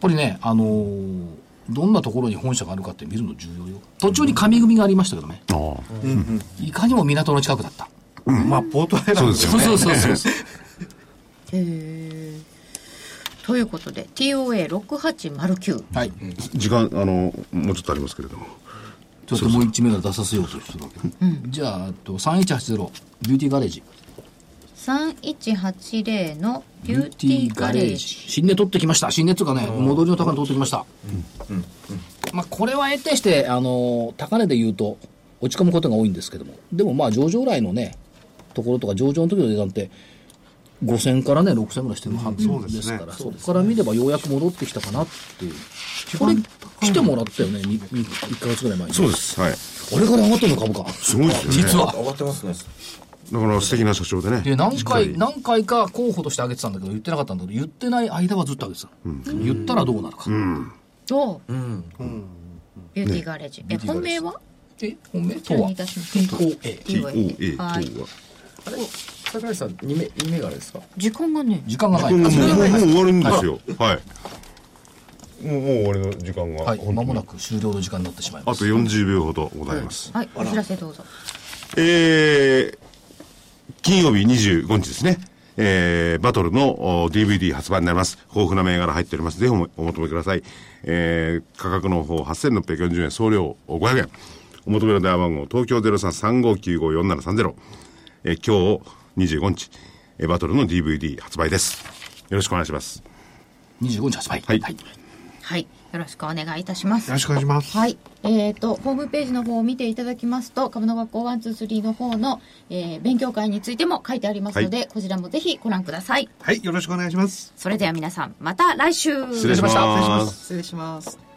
[SPEAKER 2] ぱりねあのーどんなところに本社があるかって見るの重要よ途中に神組がありましたけどね、
[SPEAKER 5] あ。あ
[SPEAKER 2] いかにも港の近くだった、
[SPEAKER 4] まあ、ポートアイランド
[SPEAKER 5] そう
[SPEAKER 2] そうそうそうそう
[SPEAKER 1] えーということで TOA6809
[SPEAKER 2] はい
[SPEAKER 5] あ。 時間、あの、もうちょっとありますけれども。
[SPEAKER 2] ちょっともう一名が出させようとするわけ、じゃああと3180ビューティーガレージ
[SPEAKER 1] 3180のビ
[SPEAKER 2] ビ
[SPEAKER 1] ューティーガレージ
[SPEAKER 2] 新値取ってきました新値っつうかね戻りの高値取ってきました、まあこれは得てしてあのー高値で言うと落ち込むことが多いんですけどもでもまあ上場来のねところとか上場の時の値段って5000からね6000ぐらいしてるはず
[SPEAKER 4] うんそうで
[SPEAKER 2] ですす
[SPEAKER 4] ね
[SPEAKER 2] から、そこから見ればようやく戻ってきたかなっていうこれ来てもらったよね1ヶ月ぐらい前に
[SPEAKER 5] そうです。はい。
[SPEAKER 2] あれから上がったの株価
[SPEAKER 5] すごいですよね。
[SPEAKER 2] 実は
[SPEAKER 10] 上がってますね
[SPEAKER 5] だから素敵な社長でね。
[SPEAKER 2] で何
[SPEAKER 5] しっ
[SPEAKER 2] 回
[SPEAKER 5] かり
[SPEAKER 2] 何回か候補として挙げてたんだけど言ってなかったんだけど言ってない間はずっと挙げてたの、言ったらどうなるか、
[SPEAKER 1] と
[SPEAKER 10] うん
[SPEAKER 1] ビューティーガレージ、え本命は
[SPEAKER 2] え本命と
[SPEAKER 1] 何
[SPEAKER 2] はい
[SPEAKER 1] たしましょう
[SPEAKER 2] TOA
[SPEAKER 5] TOA
[SPEAKER 1] はい
[SPEAKER 5] とは
[SPEAKER 10] 桜井さん2名二名があれですか
[SPEAKER 1] 時間がね
[SPEAKER 2] 時間がない
[SPEAKER 5] もうもうもう終わるんですよ。はい。もうもう終わりの時間が。
[SPEAKER 2] はい
[SPEAKER 5] 本当に
[SPEAKER 2] まもなく終了の時間になってしまいま
[SPEAKER 5] あ
[SPEAKER 2] す
[SPEAKER 5] と40秒ほどございます。
[SPEAKER 1] はいお知らせどうぞ
[SPEAKER 5] えー金曜日25日ですね。えーバトルのお DVD 発売になります。豊富な銘柄入っております。ぜひおお求めください。えー価格の方8640円、送料500円。お求めの電話番号、東京0335954730。えー今日25日、えーバトルの DVD 発売です。よろしくお願いします。
[SPEAKER 2] 25日発売
[SPEAKER 5] はい
[SPEAKER 1] はいよろしくお願いいたします
[SPEAKER 4] よろしくお願いします。
[SPEAKER 1] はい。えっ、と、ホームページの方を見ていただきますと、株の学校123の方の、えー勉強会についても書いてありますので、こちらもぜひご覧ください。
[SPEAKER 4] はい、よろしくお願いします。
[SPEAKER 1] それでは皆さん、また来週
[SPEAKER 5] 失礼します。
[SPEAKER 4] 失礼します。